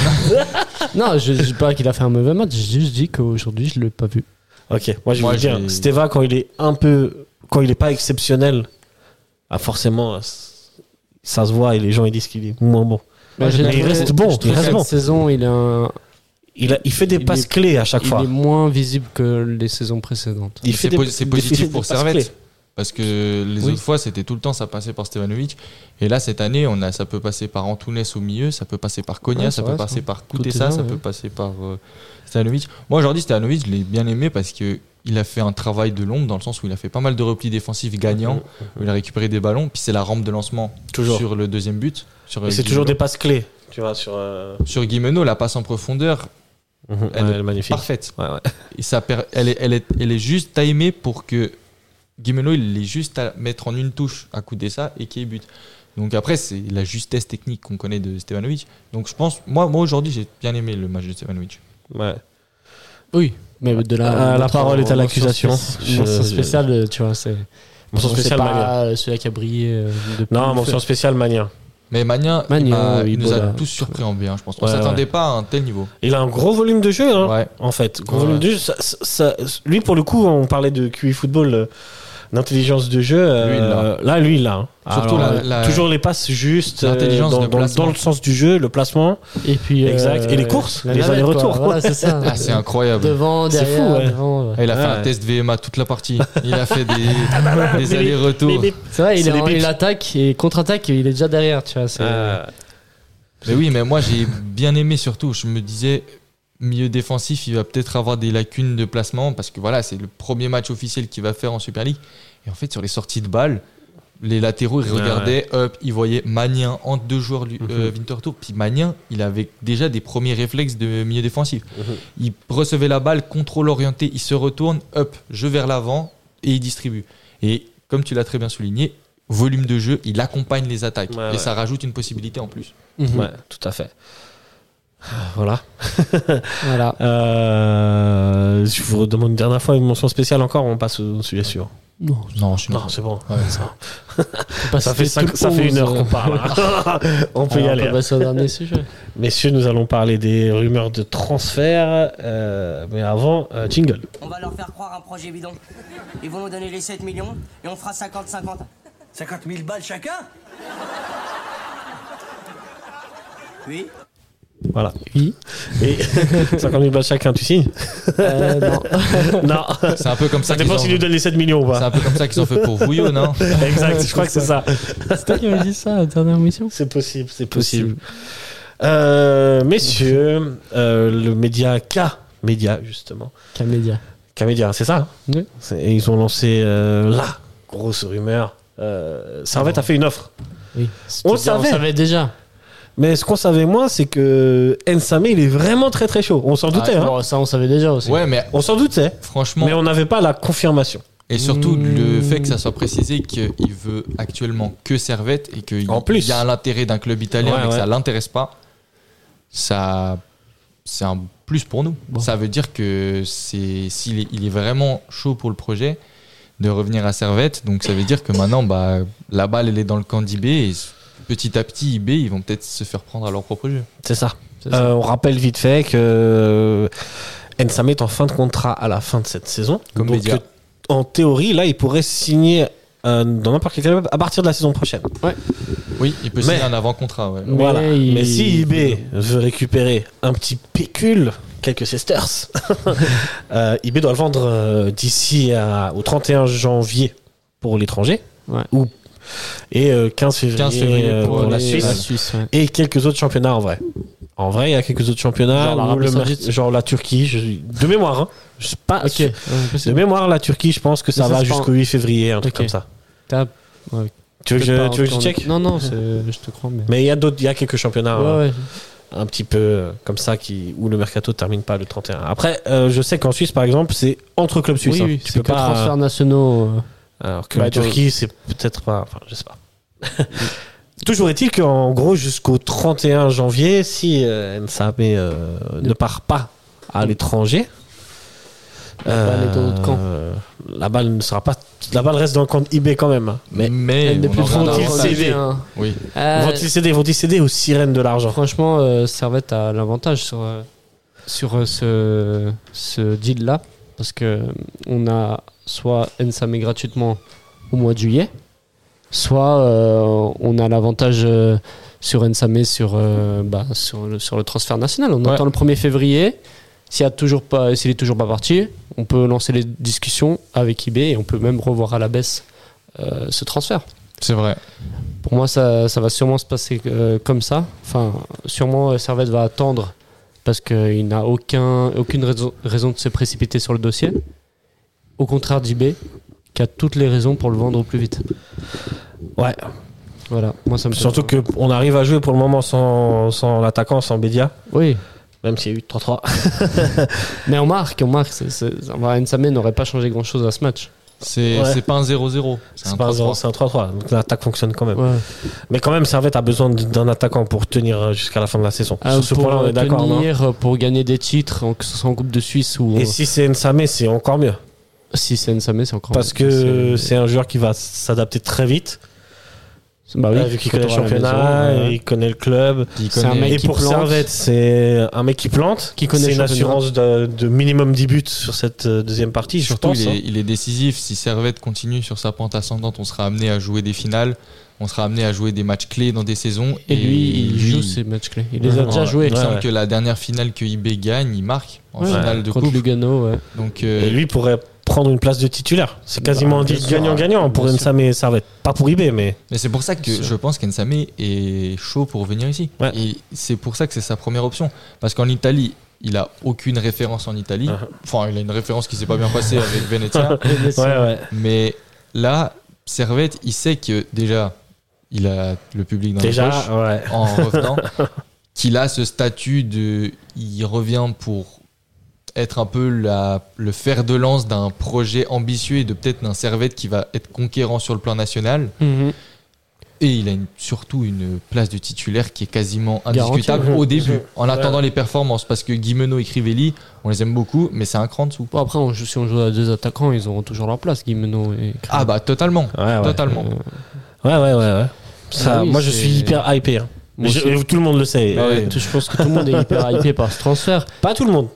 Non, je ne dis pas qu'il a fait un mauvais match, j'ai juste dit qu'aujourd'hui, je ne l'ai pas vu.
Ok, moi je vais
Moi,
vous dire,
j'ai-
Steva, quand il est un peu. quand il est pas exceptionnel, ah, forcément, euh, ça se voit et les gens ils disent qu'il est moins bon.
Moi, j'ai
mais il
trouvé-
reste bon,
je trouve
il reste
cette
bon.
saison, il, a un-
Il, a- il fait des
Il
passes
est-
clés à chaque
il
fois.
est moins visible que les saisons précédentes.
Il
C'est
fait des-
po- c'est
des-
positif
il fait des
pour
passes
Servette.
clés.
Parce que les
Oui.
autres fois, c'était tout le temps, ça passait par Stevanovic. Et là, cette année, on a, ça peut passer par Antounès au milieu, ça peut passer par Konya,
Ouais, c'est
ça
vrai,
peut passer
ça.
par
Tout
Koutessa,
est
ça
là, ouais.
peut passer par euh, Stevanovic. Moi, aujourd'hui, Stevanovic, je l'ai bien aimé parce que il a fait un travail de l'ombre dans le sens où il a fait pas mal de replis défensifs gagnants, où il a récupéré des ballons, puis c'est la rampe de lancement
Toujours.
sur le deuxième but. Sur,
Et
euh,
c'est toujours des
Guimeno.
passes clés. Tu vois, sur. euh,
Sur Guimeno, la passe en profondeur,
mhm,
Elle
ouais,
est
elle est magnifique.
parfaite.
Ouais, ouais.
Et ça per- elle, est, elle, est, elle est juste timée pour que Guimeno, il est juste à mettre en une touche à coup d'essai et qu'il y ait but. Donc après, c'est la justesse technique qu'on connaît de Stevanovic. Donc je pense, moi, moi aujourd'hui, j'ai bien aimé le match de Stevanovic.
Ouais.
Oui, mais de là.
Ah, la
notre-
parole est à
mention
l'accusation.
spéciale-
Je-
Mention spéciale, euh, tu vois, c'est.
Mention
c'est
spéciale,
pas
Magnan.
euh, celui qui a brillé. euh, depuis
Non,
le
mention
fait.
spéciale Magnan.
Mais Magna, il
Magna,
m'a-
oui,
il nous a
voilà.
tous surpris en bien, je pense. On
Ouais,
s'attendait
ouais.
pas à un tel niveau.
Il a un gros volume de jeu, hein,
Ouais.
en fait. Gros
Ouais,
volume
ouais.
de jeu. Ça- ça- ça- lui, pour le coup, on parlait de QI football, euh, d'intelligence de jeu. euh,
Lui, il l'a.
là, lui, il l'a. hein.
Surtout
Alors,
la- la-
Toujours les passes justes, euh,
L'intelligence
dans,
de
dans-
placement.
dans le sens du jeu, le placement.
Et puis. euh,
Exact. Et les courses,
la
les
navette,
allers-retours.
quoi. Voilà, c'est ça.
Ah, c'est incroyable.
Devant,
C'est
derrière,
fou, ouais.
devant, ouais.
Ah, Il a fait
Ouais. Ah, bah,
un test VMA toute la partie. Il a fait des, des allers-retours.
Bip, bip.
C'est vrai, il,
C'est
est
les
en-
bips.
il attaque et contre-attaque, il est déjà derrière, tu vois. c'est-
Euh,
Mais oui, mais moi j'ai bien aimé surtout. Je me disais, milieu défensif, il va peut-être avoir des lacunes de placement parce que voilà, c'est le premier match officiel qu'il va faire en Super League. Et en fait, sur les sorties de balles, les latéraux, ils
Ah Ouais, Mhm.
regardaient, hop, ils voyaient Magnin entre deux joueurs lui- euh, Winterthur. Puis Magnin, il avait déjà des premiers réflexes de milieu défensif.
Mhm.
Il recevait la balle, contrôle orienté, il se retourne, hop, jeu vers l'avant et il distribue. Et comme tu l'as très bien souligné, volume de jeu, il accompagne les attaques.
Ouais,
et
ouais.
ça rajoute une possibilité en plus.
Mhm.
Ouais, tout à fait. Voilà.
Voilà.
Euh, je vous redemande une dernière fois une mention spéciale encore, on passe au sujet suivant.
Non,
Non, je suis
Non, c'est bon.
Ouais.
Ça fait, cinq- ça fait une heure
euh,
qu'on parle. hein. on peut y
Ah,
aller.
euh, On peut passer au dernier sujet.
Messieurs, nous allons parler des rumeurs de transfert. euh, mais avant, euh, jingle.
On va leur faire croire un projet bidon. Ils vont nous donner les 7 millions et on fera 50-50.
50 000 balles chacun
Oui
Voilà.
Oui.
Et 50 000 balles chacun, tu signes
Euh, non.
Non.
C'est un peu comme ça.
Ça dépend
qu'ils
s'il
ont-
nous donne les 7 millions ou
C'est
pas.
un peu comme ça qu'ils ont fait pour Vouillot, non
Exact, je crois que c'est ça.
C'est toi qui m'as dit ça à la dernière mission
C'est possible, c'est possible. Euh, messieurs, euh, le média K, média justement,
Camédia.
Camédia, c'est ça hein
Oui.
C'est- Et ils ont lancé euh, là, grosse rumeur. Euh, Servette a fait une offre.
Oui.
On
On
le
savait.
savait.
On savait déjà.
Mais ce qu'on savait moins, c'est que Nsamé, il est vraiment très très chaud. On s'en
Ah,
doutait, hein.
Bon, ça, on savait déjà aussi.
Ouais, mais
On s'en doutait.
franchement,
Mais on n'avait pas la confirmation.
et surtout
Mmh.
le fait que ça soit précisé qu'il veut actuellement que Servette et qu'il
En plus.
y a l'intérêt d'un club italien
Ouais,
mais que
ouais.
ça l'intéresse pas, ça c'est un plus pour nous.
Bon.
Ça veut dire que c'est s'il est, il est vraiment chaud pour le projet de revenir à Servette, donc ça veut dire que maintenant bah la balle elle est dans le camp d'IB et petit à petit IB ils vont peut-être se faire prendre à leur propre jeu.
C'est ça.
C'est ça.
Euh, on rappelle vite fait que Nsamé est en fin de contrat à la fin de cette saison.
Comme
Donc,
Média.
euh, en théorie, là, il pourrait signer euh, dans n'importe quel club à partir de la saison prochaine.
Oui, il peut
Mais-
signer un avant-contrat. ouais.
Mais
voilà.
il-
Mais si eBay veut récupérer un petit pécule, quelques sesterces, euh, eBay doit le vendre euh, d'ici à- au 31 janvier pour l'étranger.
Ouais.
Ou, et euh, 15 février,
15 février
euh, pour,
pour
la
les-
Suisse.
La Suisse, ouais.
Et quelques autres championnats en vrai. En vrai, il y a quelques autres championnats,
Genre
où
l'Arabie
le
Saoudite.
mer- genre la Turquie, je- de mémoire. hein. Je sais pas.
Ok. ouais,
De
possible.
mémoire, la Turquie, je pense que ça
Mais ça,
va
c'est pas
jusqu'au
en-
8 février, un truc
Ok.
comme ça.
T'as- ouais,
Tu veux que
peut-être
je,
pas
tu veux que je
encore-
check
Non, non, c'est- euh, je te crois, mais.
Mais il y a d'autres, il y a quelques championnats
Ouais,
hein,
ouais.
un petit peu euh, comme ça qui où le mercato termine pas le 31. Après, euh, je sais qu'en Suisse, par exemple, c'est entre clubs suisses.
Oui,
hein.
oui,
tu
c'est
peux
que
pas.
transferts nationaux. euh,
Alors que
Bah,
la
dans-
Turquie, c'est peut-être pas. Enfin, je sais pas. Toujours est-il qu'en gros, jusqu'au 31 janvier, si euh, Nsame euh, ne part pas à l'étranger,
Mm. La balle est dans notre camp.
euh, la balle ne sera pas. La balle reste dans le camp de IB quand même. hein. Mais
Mais
elle ne
on
peut
en
plus
regarde
faut-il
avant.
avoir
céder.
un-
Oui.
Ah,
vont-ils céder, vont-ils céder aux sirènes de l'argent
Franchement, euh, Servette a l'avantage sur, euh, sur euh, ce, ce deal-là. Parce que euh, on a soit Ensamé gratuitement au mois de juillet, soit euh, on a l'avantage euh, sur Ensamé sur, euh, bah, sur, le, sur le transfert national. On
Ouais.
attend le 1er février. S'il n'est toujours, pas- s'il est toujours pas parti, on peut lancer les discussions avec IB et on peut même revoir à la baisse euh, ce transfert.
C'est vrai.
Pour moi, ça, ça va sûrement se passer euh, comme ça. Enfin, sûrement, euh, Servette va attendre parce qu'il n'a aucun, aucune raison, raison de se précipiter sur le dossier. Au contraire d'IB, qui a toutes les raisons pour le vendre au plus vite.
Ouais.
Voilà, moi ça me fait-
Surtout qu'on arrive à jouer pour le moment sans, sans l'attaquant, sans Bédia,
Oui,
même s'il y a eu 3-3.
mais on marque, on marque. C'est, c'est, enfin, Nsame n'aurait pas changé grand-chose à ce match.
C'est
Ouais.
c'est pas un 0-0. C'est un
C'est pas un
3-3.
zéro, c'est un 3-3. Donc l'attaque fonctionne quand même. Mais quand même, Servette a besoin d'un attaquant pour tenir jusqu'à la fin de la saison.
Euh,
Sur ce
pour
point-là, on est d'accord. non
tenir, euh, pour gagner des titres, en- que ce soit en Coupe de Suisse ou
Et si c'est Nsamé, c'est encore mieux.
si c'est Nsame, c'est encore
Parce que c'est un joueur qui va s'adapter très vite.
Bah oui,
euh, vu qu'il
quand
connaît le
on aura la
championnat,
maison, ouais.
il connaît le club.
Qui
C'est
connaît-
un mec
Et
qui
pour
plante.
Servette, c'est un mec qui plante.
Qui connaît
C'est une
le championnat.
assurance de, de minimum 10 buts sur cette euh, deuxième partie, je
Surtout,
pense.
il, est,
hein.
il est décisif. Si Servette continue sur sa pente ascendante, on sera amené à jouer des finales. On sera amené à jouer des matchs clés dans des saisons.
Et lui, il
lui,
joue ses matchs clés. Il les a déjà joués.
Il me
Ouais,
semble
ouais.
que la dernière finale que IB gagne, il marque en
Ouais.
finale de
Contre
coupe.
Lugano, ouais.
Donc, euh,
Et lui pourrait prendre une place de titulaire. C'est quasiment
Bah,
dit
bien sûr,
gagnant-gagnant
ouais,
pour
bien sûr.
Nsamé et Servette. Pas pour IB, mais.
mais c'est pour ça que je pense qu'Ensame est chaud pour venir ici.
Ouais.
Et c'est pour ça que c'est sa première option. Parce qu'en Italie, il a aucune référence en Italie.
Uh-huh.
Enfin, il a une référence qui s'est pas bien passée avec Venezia.
Ouais, ouais.
Mais là, Servette, il sait que déjà, il a le public dans la poche
Déjà, ouais.
en revenant, qu'il a ce statut de. Il revient pour être un peu la- le fer de lance d'un projet ambitieux et de peut-être d'un Servette qui va être conquérant sur le plan national.
Mhm.
Et il a une- surtout une place de titulaire qui est quasiment indiscutable
Garantie.
au début,
Mhm.
en attendant les performances, parce que Guimeno et Crivelli, on les aime beaucoup, mais c'est un cran dessous.
Bon, après, on joue- si on joue à deux attaquants, ils auront toujours leur place, Guimeno et
Ah bah totalement,
Ouais, ouais.
totalement.
Ouais, ouais, ouais. ouais. Ça,
Ah oui,
moi, je
c'est-
suis hyper hypé. hein.
Moi
Je-
aussi. Bah
tout le monde le sait.
Ah ouais.
Tout- Je pense que tout le monde est hyper hypé par ce transfert.
Pas tout le monde.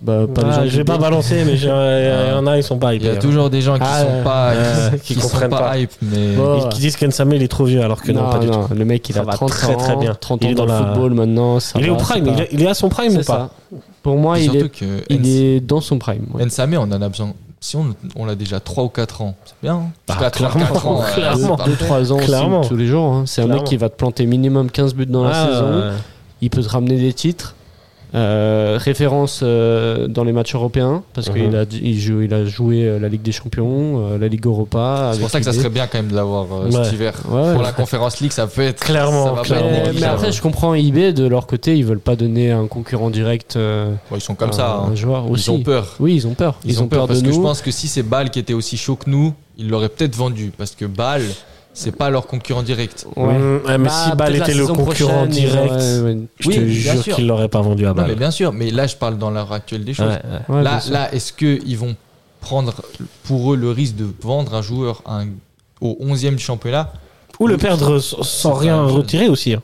Bah, pas les gens
Ah,
du
je vais pas
B.
balancer, mais j'ai- il
Ah.
y en a, ils sont pas
Il y
hypés.
a
hein.
toujours des gens qui
Ah,
sont
ouais.
pas,
Ouais,
qui,
qui
qui sont
comprennent
pas,
pas.
hype, mais
Bon,
Ils- Qui disent qu'Ensame il est trop vieux, alors que non,
Non,
pas du tout.
non, Le mec, il
Ça
a
va
30
très,
ans,
très bien.
30
Il
ans
est
dans,
dans
le
la-
football maintenant. ça
Il est au
va, c'est
prime,
pas-
il est- il est à son prime ou
C'est
pas
ça. Pour moi,
Et
il
surtout
est,
que
il
Ens-
est dans son prime. ouais.
Nsame, on en a besoin. Si on, on l'a déjà 3 ou 4 ans, c'est bien. hein
Bah,
Jusqu'à
clairement,
34 ans, euh,
clairement.
c'est
Deux, trois ans,
Clairement.
c'est tous les jours. hein. C'est un mec
Clairement.
qui va te planter minimum 15 buts dans la
Ah,
saison.
ouais.
il peut te ramener des titres. Euh, référence euh, dans les matchs européens parce
Mhm.
Uh-huh.
qu'il a, il joue, il a joué euh, la Ligue des Champions, euh, la Ligue Europa.
C'est
avec
pour ça que ça
l'idée.
serait bien quand même de l'avoir euh,
Ouais.
cet hiver.
Ouais, ouais.
Pour la Conférence League, ça peut être.
Clairement,
ça va pas
clairement.
être
Mais,
hein.
mais
négligeable.
après, je comprends IB de leur côté, ils veulent pas donner un concurrent direct. euh,
Bon, ils sont comme
à
ça. hein.
Un joueur
Ils
aussi.
ont peur.
Oui, ils ont peur.
Ils, ont peur,
de
parce que
nous.
je pense que si c'est Bâle qui était aussi chaud que nous, ils l'auraient peut-être vendu. Parce que Bâle, c'est pas leur concurrent direct.
Ouais.
Mmh, ouais, mais
Bah,
si Ball
peut-être la
était le
saison
concurrent
prochaine, ils
direct,
auraient- ouais.
je
Oui,
te
bien
jure
sûr.
qu'il l'aurait pas vendu à
Non, mais
Bâle.
bien sûr. Mais là, je parle dans l'heure actuelle des choses.
Ouais, ouais.
Ouais, bien
là,
sûr.
là est-ce qu'ils vont prendre pour eux le risque de vendre un joueur à un- au 11e championnat
Ou le perdre s- sans
C'est
rien
pas mal.
retirer aussi. hein.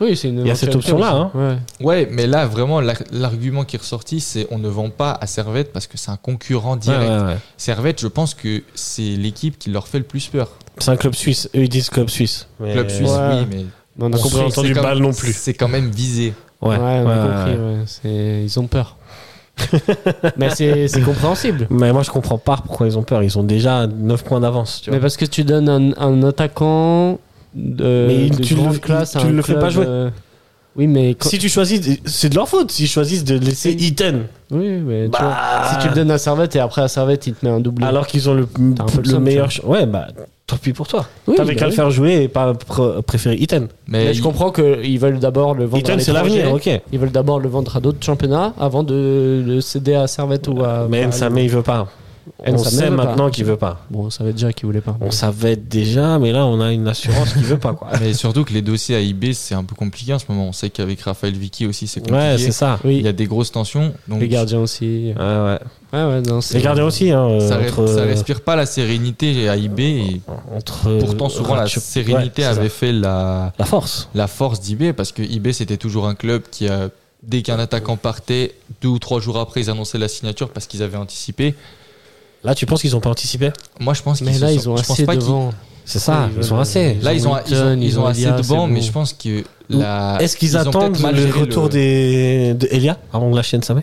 Oui, c'est une
Il y a cette
éventualité
option-là,
hein.
aussi. Ouais.
Ouais, mais là, vraiment, l'ar- l'argument qui est ressorti, c'est on ne vend pas à Servette parce que c'est un concurrent direct.
Ouais, ouais, ouais.
Servette, je pense que c'est l'équipe qui leur fait le plus peur.
C'est un club suisse. Eux, ils disent club suisse. Mais-
Club suisse,
ouais.
oui, mais
Mais On a
On
compris.
s'est entendu
c'est comme-
Bâle non plus.
c'est quand même visé.
Ouais,
Ouais, on a compris, ouais. C'est- Ils ont peur. mais c'est c'est compréhensible.
Mais moi, je comprends pas pourquoi ils ont peur. Ils ont déjà 9 points d'avance. tu vois.
Mais bah, parce que tu donnes un, un attaquant de,
Mais
de
tu
grande
le-
classe à
tu
un
le fais
club,
pas jouer.
euh, Oui, mais. quand-
Si tu choisis, c'est de leur faute s'ils choisissent de laisser Iten.
Oui, mais tu
Bah.
vois, si tu le donnes à Servette et après à Servette, il te met un double.
Alors qu'ils ont le,
T'as un peu le
le
seum,
meilleur. ch- Ouais, bah, tant pis pour toi.
Oui,
T'avais
bah
qu'à
oui.
le faire jouer et pas pr- préférer Iten.
Mais,
mais
il-
je comprends qu'ils veulent d'abord le vendre. à
Iten, c'est l'avenir,
l'étranger.
ok.
Ils veulent d'abord le vendre à d'autres championnats avant de le céder à Servette ou à.
Mais Nsame, il veut pas.
Nsame
On sait
veut pas.
maintenant qu'il veut pas.
Bon, on savait déjà qu'ils voulaient pas.
On savait déjà, mais là, on a une assurance qui veut pas, quoi.
mais surtout que les dossiers à IB, c'est un peu compliqué en ce moment. On sait qu'avec Raphaël Vicky aussi, c'est compliqué.
Ouais, c'est ça.
Il
Oui,
y a des grosses tensions. Donc
les gardiens aussi.
Ouais, ouais.
Ouais, ouais, non, c'est-
Les gardiens aussi, hein.
Ça,
euh,
re-
entre, euh,
ça respire pas la sérénité à IB. Et
entre-
pourtant, souvent, la
Ouais, c'est
sérénité
ça.
avait fait la,
la force.
la force d'IB parce que IB, c'était toujours un club qui a. Dès qu'un attaquant partait, deux ou trois jours après, ils annonçaient la signature parce qu'ils avaient anticipé.
Là, tu penses qu'ils ont pas anticipé
Moi, je pense qu'ils
Mais
se
là,
sont-
ils ont
je pense
assez
pas qu'ils-
devant.
C'est ça,
Ils
ils, sont
veulent-
assez.
Là, euh, ils ont, ils ont,
Wheaton,
ils
ils
ont
ont
assez
Elia,
de bancs,
c'est
mais
bon.
je pense que la.
Est-ce qu'ils
Ah, ils ont
attendent
peut-être mal
le
géré
retour Des, de Elia avant de lâcher Nsamé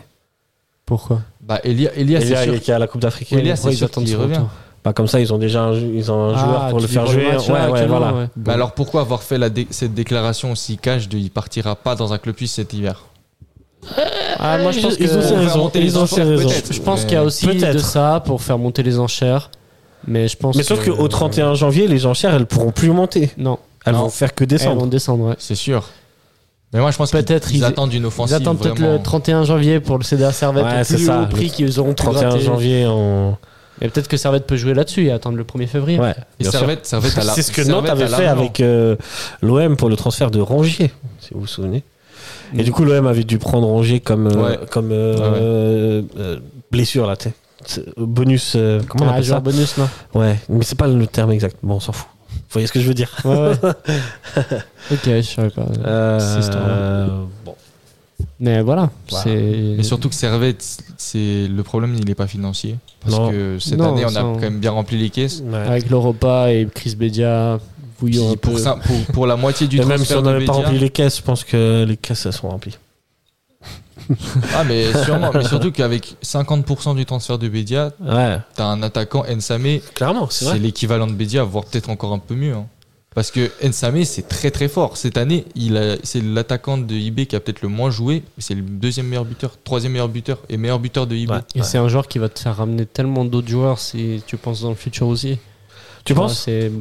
Pourquoi
Bah, Elia, Elia,
Elia
c'est sûr.
qui est à la Coupe d'Afrique.
Elia, c'est
Pourquoi
sûr
attendent
qu'il
son
revient.
retour
Bah, comme ça, ils ont déjà un, jou- ils ont un joueur
Ah,
pour le
tu
faire
dis
jouer.
match,
ouais, ouais,
actuellement,
voilà.
ouais.
Bah alors pourquoi avoir fait la dé- cette déclaration aussi cash de il partira pas dans un club suisse cet hiver
Ah, moi, je pense
ils ont
que-
ses
Pour faire
raisons.
monter les
Ils ont ses
espoirs,
raisons.
peut-être.
Je pense
Mais-
qu'il y a aussi
Peut-être.
de ça pour faire monter les enchères. Mais je pense
Mais sauf qu'au 31 janvier, les enchères, elles pourront plus monter.
Non,
Elles
Non.
vont faire que
elles
descendre.
vont descendre. ouais.
C'est sûr. Mais moi je pense
Peut-être
qu'ils
ils-
ils attendent une
Ils
offensive.
attendent peut-être
vraiment.
le 31 janvier pour le céder à Servette
Ouais,
au
c'est
plus
ça,
haut
le
prix qu'ils auront pu
31
gratter.
janvier en.
Mais peut-être que Servette peut jouer là-dessus et attendre le 1er février.
Ouais.
Et
bien sûr.
Servette, Servette à la-
C'est ce que
Servette
Nantes
à
avait fait
l'argent.
avec euh, l'OM pour le transfert de Rongier, si vous vous souvenez. Et du coup, l'OM avait dû prendre Rongier comme, euh,
Ouais.
comme euh, euh, euh, blessure, là, tu sais. C'est- euh, Bonus, euh, comment on
Ah,
appelle
joueur
ça
bonus, non
Ouais, mais c'est pas le terme exact. Bon, on s'en fout. Vous voyez ce que je veux dire
Ouais, ouais. ok, je savais pas.
Euh,
histoire-là.
bon.
Mais voilà.
Voilà.
Mais
c'est
surtout que Servette, c'est le problème, il n'est pas financier. Parce
Non.
que cette
Non,
année, on a
ça, on-
quand même bien rempli les caisses.
Ouais.
Avec l'Europa et Chris Bedia,
Puis
bouillon un
pour,
peu.
ça, pour, pour la moitié du
Et
transfert
même si on
de
n'avait pas
Bédia-
rempli les caisses, je pense que les caisses, elles sont remplies.
Ah, mais sûrement. mais surtout qu'avec 50% du transfert de Bédia,
Ouais,
t'as un attaquant Nsamé
clairement, c'est
C'est
vrai.
l'équivalent de Bedia, voire peut-être encore un peu mieux. hein. Parce que Nsame, c'est très très fort. Cette année, il a- c'est l'attaquant de IB qui a peut-être le moins joué. mais C'est le deuxième meilleur buteur, troisième meilleur buteur et meilleur buteur de Ah, IB.
Ouais.
Et c'est un joueur qui va te faire ramener tellement d'autres joueurs si tu penses dans le futur aussi.
Tu
vois,
penses
c'est-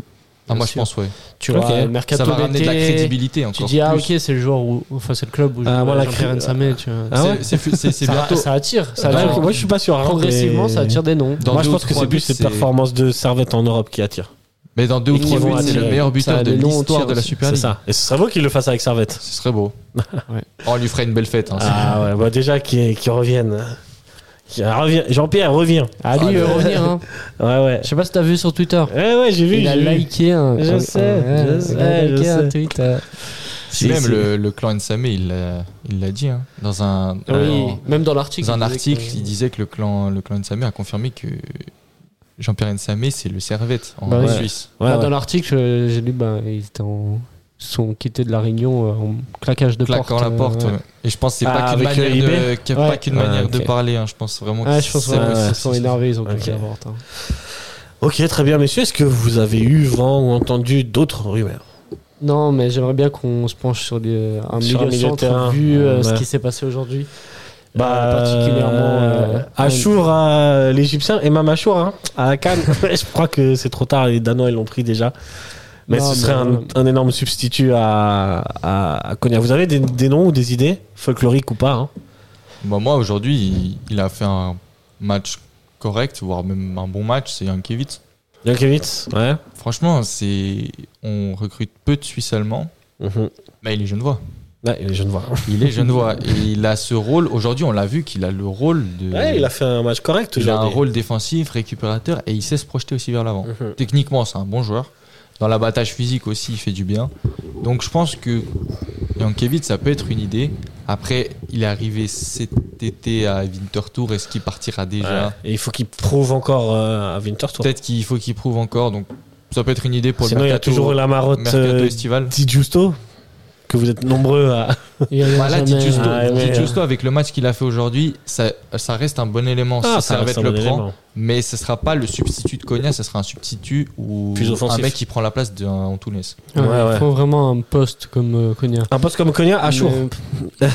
Ah, moi,
Bien
je
sûr.
pense, ouais.
Tu
Ok.
vois, le mercato
Ça va ramener de la
d'été,
crédibilité
Tu
encore.
dis, ah
plus.
ok, c'est le joueur où. Enfin, c'est le club où je
Ah, moi,
vois
la
Jean-Pierre
cré-
Nsamé, tu vois.
Ah ouais
C'est- c'est fu- c'est- c'est
Ça-
bientôt.
Ça attire. Ça
Dans-
attire.
Ouais, Moi, je suis pas sûr. hein,
Progressivement,
mais-
ça attire des noms.
Dans
Moi,
deux
je
ou
pense que
trois
c'est plus
buts,
ces
c'est-
performances de Servette en Europe qui attirent.
Mais dans deux ou
Et
trois
qui
buts,
vont
c'est le
attirer.
meilleur
Ça
buteur
a
de
des noms
l'histoire
autour
de la
aussi.
Super
C'est
League.
ça. Et ce serait beau qu'ils le fassent avec Servette.
Ce serait beau.
Ouais.
Oh, on lui ferait une belle fête. hein, ça.
Ah ouais, bah déjà qu'ils qu'ils reviennent. Qu'ils reviennent. Jean-Pierre, reviens.
Ah, lui, il veut revenir. hein.
Ouais, ouais.
Je sais pas si t'as vu sur Twitter.
Ouais, ouais, j'ai vu.
Il a
j'ai vu.
liké un.
Je
un-
sais,
un-
je
il a
sais, je
liké un
sais.
tweet. euh.
Puis
Si,
même
si.
le, le clan Nsame, il l'a il l'a dit. hein, dans un,
Oui,
dans-
même dans l'article.
Dans un
il disait
article, il disait que le clan, le clan Nsamé a confirmé que Jean-Pierre Nsamé, c'est le servette en
Bah oui.
Suisse.
Ouais,
Là,
ouais.
Dans l'article, euh, j'ai lu, bah, ils étaient en- ils sont quittés de la Réunion euh, en claquage de porte.
Claquant la
euh,
porte.
ouais.
ouais. Et je pense que c'est
Ah,
pas qu'une
avec, euh,
manière, de,
eBay
qu'il y a
Ouais.
pas qu'une
Ouais,
manière de
ok.
parler. hein. Je pense vraiment que
Ah, je pense
c'est-
qu'ils
ouais, ouais.
se sont énervés, ils ont claqué
Ok.
la porte. hein.
Ok, très bien, messieurs. Est-ce que vous avez eu vent ou entendu d'autres rumeurs
Non, mais j'aimerais bien qu'on se penche sur les- un
Sur un
milieu
milieu de
centre
terrain.
vu euh, ce
Ouais. Bah,
qui s'est passé aujourd'hui. Euh, particulièrement. euh,
Achour à l'Égyptien et même Achour hein, à Cannes. je crois que c'est trop tard. Les Danois, ils l'ont pris déjà. Mais
Non,
ce serait
mais-
un, un énorme substitut à, à, à Konya. Vous avez des, des noms ou des idées Folkloriques ou pas hein
Bah, moi, aujourd'hui, il, il a fait un match correct, voire même un bon match. C'est Jankiewicz.
Jankiewicz Ouais.
Franchement, c'est on recrute peu de Suisses allemands.
Mm-hmm.
Mhm.
Mais il est genevois.
Ouais, il est genevois.
Il est genevois. Et il a ce rôle. Aujourd'hui, on l'a vu qu'il a le rôle de.
Ouais, il a fait un match correct
Il a un
aujourd'hui.
rôle défensif, récupérateur et il sait se projeter aussi vers l'avant.
Mhm.
Techniquement, c'est un bon joueur. Dans l'abattage physique aussi, il fait du bien. Donc je pense que Yankiewicz, ça peut être une idée. Après, il est arrivé cet été à Winterthur. Est-ce qu'il partira déjà
Ouais. Et il faut qu'il prouve encore euh, à Winterthur.
Peut-être qu'il faut qu'il prouve encore. Donc ça peut être une idée pour
Sinon,
le
il y a
mercato,
euh, toujours la marotte
mercato
euh,
estival.
Di Giusto, que vous êtes nombreux à,
Il y en a
Bah là,
jamais-
Tito Sto-
Ah, ouais.
Tito Sto, avec le match qu'il a fait aujourd'hui, ça, ça reste un bon élément.
Ah,
ça,
ça reste
Servette
un
le
bon
prend,
élément.
mais ce sera pas le substitut de Cogna, ce sera un substitut ou
Plus offensif.
un mec qui prend la place d'un Antunes.
Ouais,
Ouais, ouais.
Ils font vraiment un poste comme euh, Konya.
Un poste comme Konya à Chour.
Mais-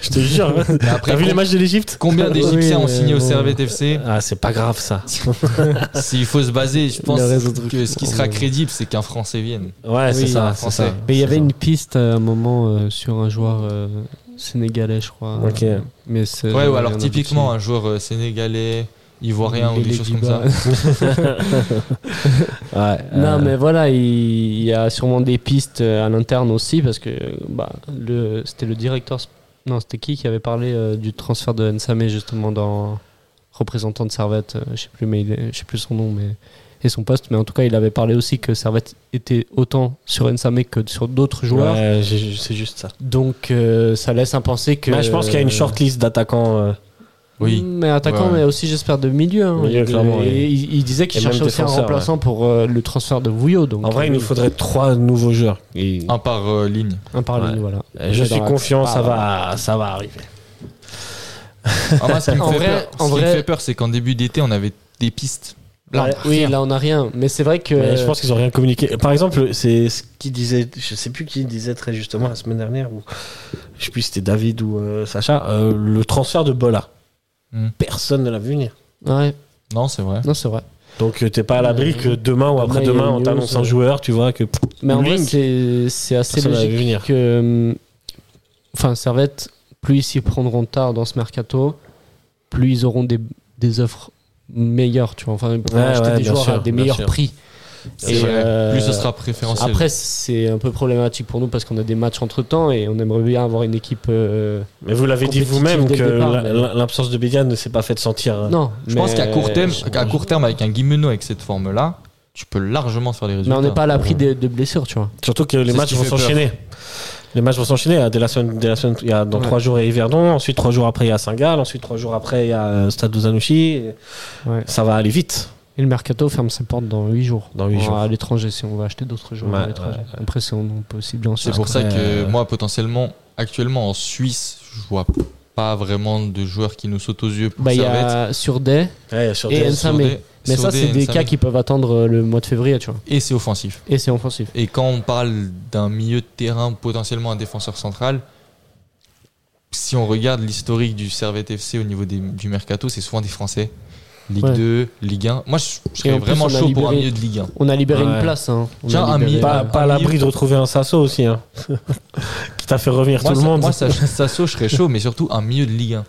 Je te jure. hein.
Mais après,
T'as vu
com-
les matchs de l'Egypte
Combien d'Égyptiens
Oui,
ont
mais
signé au
bon.
Servette FC
Ah, c'est pas grave ça.
S'il faut se baser, je pense
a raison, truc.
que ce qui sera crédible, c'est qu'un Français vienne.
Ouais, c'est
Oui,
ça, c'est
français.
ça.
Mais il y
C'est
avait
ça.
une piste à un moment euh, sur un joueur euh, sénégalais, je crois.
Ok.
Euh, Mais c'est-
Ouais, ou
il y en
alors
a
typiquement
qui-
un joueur euh, sénégalais, ivoirien ou
les
des choses comme ça.
Dibas.
Ouais, euh,
Non, mais voilà, il il y a sûrement des pistes euh, à l'interne aussi parce que bah, le c'était le directeur. sp- Non, c'était qui qui avait parlé euh, du transfert de Nsamé justement dans représentant de Servette. euh, je sais plus, mais il est- je sais plus son nom, mais et son poste. Mais en tout cas, il avait parlé aussi que Servette était autant sur Nsamé que sur d'autres joueurs.
ouais, j'ai- j'ai- c'est juste ça.
Donc euh, ça laisse à penser que.
Mais Bah, je pense qu'il y a une short list d'attaquants. euh,
Oui.
Mais attaquant,
Ouais, ouais.
mais aussi j'espère de milieu. hein.
Milieu,
Il-
clairement,
il,
oui.
il- il disait qu'il
Et même
cherchait aussi un
défenseur,
remplaçant pour euh, le transfert de Vouillot. Donc
En vrai, il nous
euh,
faudrait trois nouveaux joueurs. Et-
Un par euh, ligne.
un par
Ouais.
ligne, Ah, voilà.
Euh, je
Mais
suis
dans-
confiant, ça
Ah,
va, ça va arriver.
Ah, moi, ce qui me
En
fait
vrai-
peur, ce
en
qui me
vrai-
fait peur, c'est qu'en début d'été, on avait des pistes. Là,
Ouais.
on-
Oui, là on a rien, mais c'est vrai que.
Mais je pense qu'ils ont rien communiqué. Par exemple, c'est ce qui disait, je sais plus qui disait très justement la semaine dernière, ou je sais plus si c'était David ou euh, Sacha, euh, le transfert de Bola.
Hmm.
Personne ne l'a vu venir.
Ouais,
non, c'est vrai.
non, c'est vrai.
Donc euh, t'es pas à l'abri
Ouais.
que demain ou
Demain, Hmm. il y a
après-demain
une
on t'annonce
news, euh,
un
ouais.
joueur, tu vois que pff,
Mais en vrai,
Link,
c'est c'est assez
personne l'avait vu
logique
venir.
que. hum, Enfin, Servette, plus ils s'y prendront tard dans ce mercato, plus ils auront des, des offres meilleures, tu vois. Enfin, pour
Ouais,
acheter
ouais,
des
bien
joueurs à
sûr,
des
bien
meilleurs
sûr.
prix.
C'est vrai.
euh,
Plus ce sera préférentiel.
Après, c'est un peu problématique pour nous parce qu'on a des matchs entre temps et on aimerait bien avoir une équipe. euh,
Mais vous l'avez dit
compétitif
vous-même
dès le
que
départ,
la-
mais-
la- l'absence de Bégan ne s'est pas faite sentir. hein.
Non,
je pense
mais-
qu'à court terme,
je-
à court terme, avec un Guimeno avec cette forme-là, tu peux largement faire des
Mais
résultats.
on n'est pas à l'appris de, de blessures, tu vois.
Surtout que les
ce
matchs
qui
vont
fait peur.
s'enchaîner. Les matchs vont s'enchaîner. euh, Dès la semaine, dès la semaine- il y a dans
Ouais.
trois jours, il y a Yverdon. Ensuite, trois jours après, il y a Saint-Gall. Ensuite, trois jours après, il y a euh, Stade d'Ozanouchi.
Ouais.
Ça va aller vite.
Et le mercato ferme ses portes dans 8 jours.
Dans huit
On-
jours.
À l'étranger, si on va acheter d'autres joueurs
Ouais,
à l'étranger.
ouais, ouais.
Après, si on peut aussi bien sûr.
C'est pour ça
Après,
que
euh,
moi, potentiellement, actuellement en Suisse, je vois pas vraiment de joueurs qui nous sautent aux yeux pour
Bah, il y
Servette.
a Surday,
Ouais, sur
Et
des-
Ensa- Nsamé.
Sourdé-
mais ça,
Sourdé
c'est
et
des
Nsamé.
cas qui peuvent attendre euh, le mois de février, tu vois.
Et c'est offensif.
Et c'est offensif.
Et quand on parle d'un milieu de terrain, potentiellement un défenseur central, si on regarde l'historique du Servette FC au niveau des- du mercato, c'est souvent des Français. Ligue
Ouais.
2, Ligue 1. Moi, je, je
Et
serais
en plus,
vraiment
on a
chaud pour un
libéré-
milieu de Ligue 1.
On a libéré
Ouais.
une place. Hein. On
Tiens,
a
un
libéré,
mi-
pas
euh,
pas à l'abri de retrouver un Sasso aussi. Hein. Qui t'a fait revenir
Moi,
tout
ça-
le monde.
moi, ça- Sasso, je serais chaud, mais surtout un milieu de Ligue 1.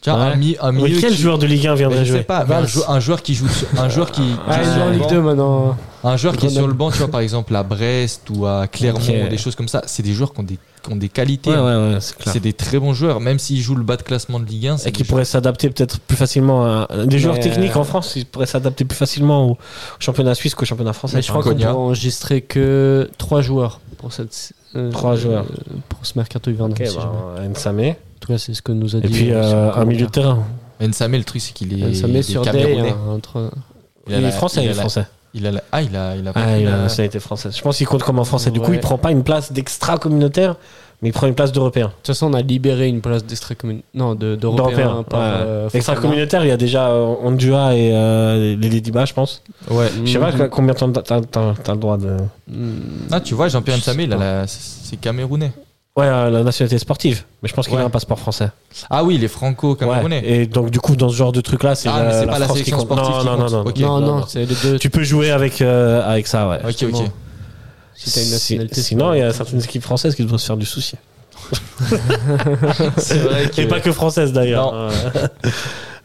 Tiens,
Ouais.
un, mi- un
Mais
milieu.
quel
qui-
joueur de Ligue 1
Mais
viendrait
je
jouer
sais pas, mais un,
Valls.
jou- un joueur qui joue, sur- un joueur qui, qui
Ah,
joue
ils
sur
sont en
le
Ligue
banc.
2 maintenant.
Un joueur qui est sur
Grenoble.
le banc, tu vois, par exemple, à Brest ou à Clermont,
Ok.
ou des choses comme ça, c'est des joueurs qui ont des, qui ont des qualités.
Ouais, ouais, ouais, c'est clair.
C'est des très bons joueurs, même s'ils jouent le bas de classement de Ligue 1. c'est
Et qui
des joueurs-
pourrait s'adapter peut-être plus facilement à. Des joueurs
euh,
techniques en France, ils pourraient s'adapter plus facilement au championnat suisse qu'au championnat français.
Mais je crois qu'on
Konya.
peut enregistrer que 3 joueurs pour cette. euh,
Trois joueurs.
euh, Pour ce mercato hivernal.
Ok,
si
bah,
jamais.
Nsamé.
En tout cas, c'est ce que nous a
Et
dit.
puis
euh,
euh,
son
un milieu de terrain.
Nsamé, le truc, Ben, c'est qu'il est,
Ben,
commentaire. Ça
il
met
est
sur hein, Day.
Camerounais.
un- un tra-
hein. Il est
la-
français, il est
a la-
français.
il a la- ah, il a, il a,
Ah, il a la
a-
nationalité française. Je pense qu'il compte comme un français. Du coup,
Ouais.
il prend pas une place d'extra communautaire, mais il prend une place d'européen.
De toute façon, on a libéré une place d'extra commun... non, de, d'Européen
D'européen.
par, euh, Fofana.
extra communautaire, il y a déjà euh, Ondua et euh, les Ladyba, je pense.
Ouais.
Je sais
Mhm.
pas que- combien t'en- t'as t'as- t'as le droit de.
Mm.
Ah, tu vois, Jean-Pierre
Je sais
Nsamé, il a
pas.
la- c'est camerounais.
Ouais, euh, la nationalité sportive. Mais je pense qu'il
Ouais.
a un passeport français.
Ah oui, il est franco-camerounais.
Ouais. Et donc, du coup, dans ce genre de truc-là, c'est.
Ah,
la,
mais c'est pas la
France qui
sélection
compte.
sportive
Non,
qui
non, non,
compte.
non.
Ok.
non, non, c'est les deux.
Tu peux jouer avec, euh, avec ça, ouais.
Ok, ok.
Justement. Si t'as une nationalité.
Sinon, il y a certaines équipes françaises qui doivent se faire du souci.
C'est vrai que.
Et pas que française d'ailleurs.
Non.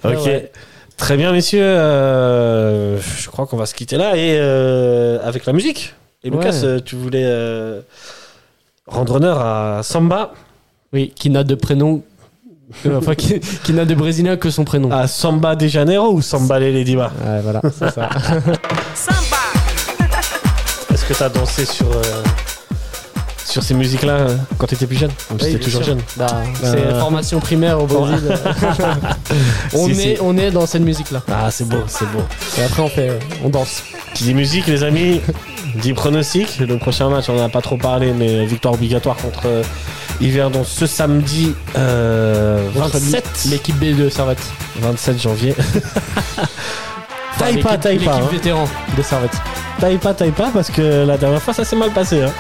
Ah Ouais. ok.
Ouais.
Très bien, messieurs. euh, je crois qu'on va se quitter là et euh, avec la musique. Et
Ouais.
Lucas, euh, tu voulais euh, rendre honneur à Samba,
Oui, qui n'a de prénom. Euh, enfin, qui, qui n'a de brésilien que son prénom.
à Samba de Janeiro ou Samba les Ladyba
Ouais, voilà, c'est ça.
Est-ce que t'as dansé sur euh, sur ces musiques-là euh, quand t'étais plus jeune Même si
Oui,
t'es
bien
toujours
sûr.
jeune.
Bah, c'est
Euh,
formation primaire au Brésil. on,
Si,
est,
si.
on est dans cette musique-là.
Ah, c'est beau, c'est beau.
Et après, on, fait, on danse.
Qui dit musique, les amis, dit pronostic. Le prochain match, on n'en a pas trop parlé, mais victoire obligatoire contre Yverdon ce samedi euh,
Contre
27,
L'équipe B de Servette.
27 janvier. taille
Enfin,
pas, taille
l'équipe-
pas.
L'équipe
hein,
vétéran de Servette.
Taille pas, taille pas, parce que la dernière fois ça s'est mal passé. Hein.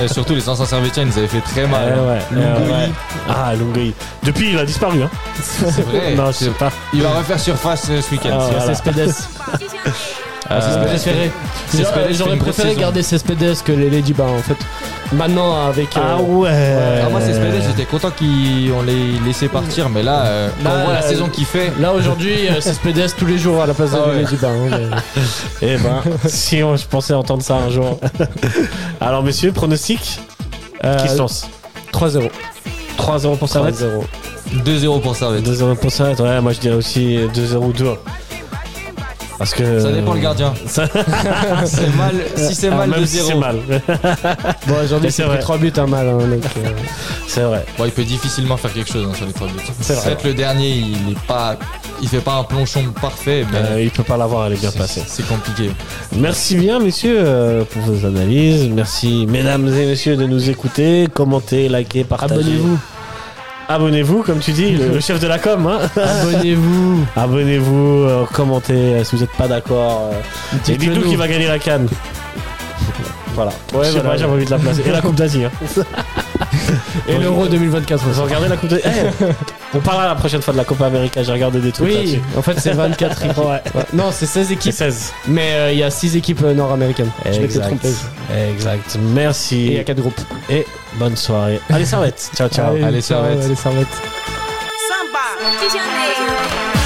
Et Euh, surtout, les anciens Servetiens, ils nous avaient fait très mal.
Euh, ouais, euh,
Longoï.
ouais. Ah, Longoï. Depuis, il a disparu. Hein.
C'est vrai.
non, je sais pas.
Il va refaire surface euh, ce week-end.
Ah,
C'est-
voilà.
Cespedes.
Euh,
C'est préféré.
Cespedes fait
J'aurais
une grosse
préféré
saison.
garder Cespedes que les Ladybas en fait. Maintenant avec. euh,
Ah ouais.
Ah, moi, c'est Spedel, j'étais content qu'on les laissé partir, mais là, euh, quand on
Là,
voit la
euh,
saison qu'il fait,
Là aujourd'hui, euh, Cespedes tous les jours à la place de
Ah ouais.
Ladybas. hein, mais-
Eh ben, si on, je pensais entendre ça un jour. Alors, messieurs, pronostic
Euh,
Qui se lance
3-0.
3-0 pour Servette
3-0.
2-0 pour Servette.
2-0 pour Servette, ouais, moi je dirais aussi 2-0 ou 2-1. Parce que.
Ça dépend le gardien.
Ça-
C'est mal, si c'est
Ah,
mal,
même si
2-0.
c'est mal.
Bon,
Mais
aujourd'hui,
c'est
c'est pris
vrai.
3 buts, un mal. hein, donc, euh,
C'est vrai.
Bon, il peut difficilement faire quelque chose hein, sur les 3 buts.
C'est vrai.
Peut-être le dernier, il est pas, il fait pas un plonchon parfait, mais
Euh, il peut pas l'avoir, elle est bien
c'est-
passée.
c'est compliqué.
Merci bien, messieurs, euh, pour vos analyses. Merci, mesdames et messieurs, de nous écouter. Commentez, likez, partagez.
Abonnez-vous.
Abonnez-vous, comme tu dis, le, le chef de la com. hein.
Abonnez-vous.
Abonnez-vous, euh, commentez euh, si vous n'êtes pas d'accord. euh, et
Dites-le
dites-nous
nous.
qui va gagner la canne. Voilà. Ouais,
voilà, ouais.
j'avais envie de la placer. Et la Coupe d'Asie. Hein.
Et l'Euro 2024 aussi.
Vous regardez la Coupe d'Asie Eh, On parlera la prochaine fois de la Copa América. J'ai regardé des trucs
Oui,
là-dessus.
en fait, c'est 24 équipes.
Ouais.
Ouais. Non, c'est 16
Qui
équipes,
16
mais euh, il y a 6 équipes euh, nord-américaines. Je m'étais trompé.
Exact.
Et il y
Merci.
a 4 groupes.
Et bonne soirée. Allez, servette. Ciao, ciao.
Allez,
ciao,
Servette.
Allez, Servette.
Samba.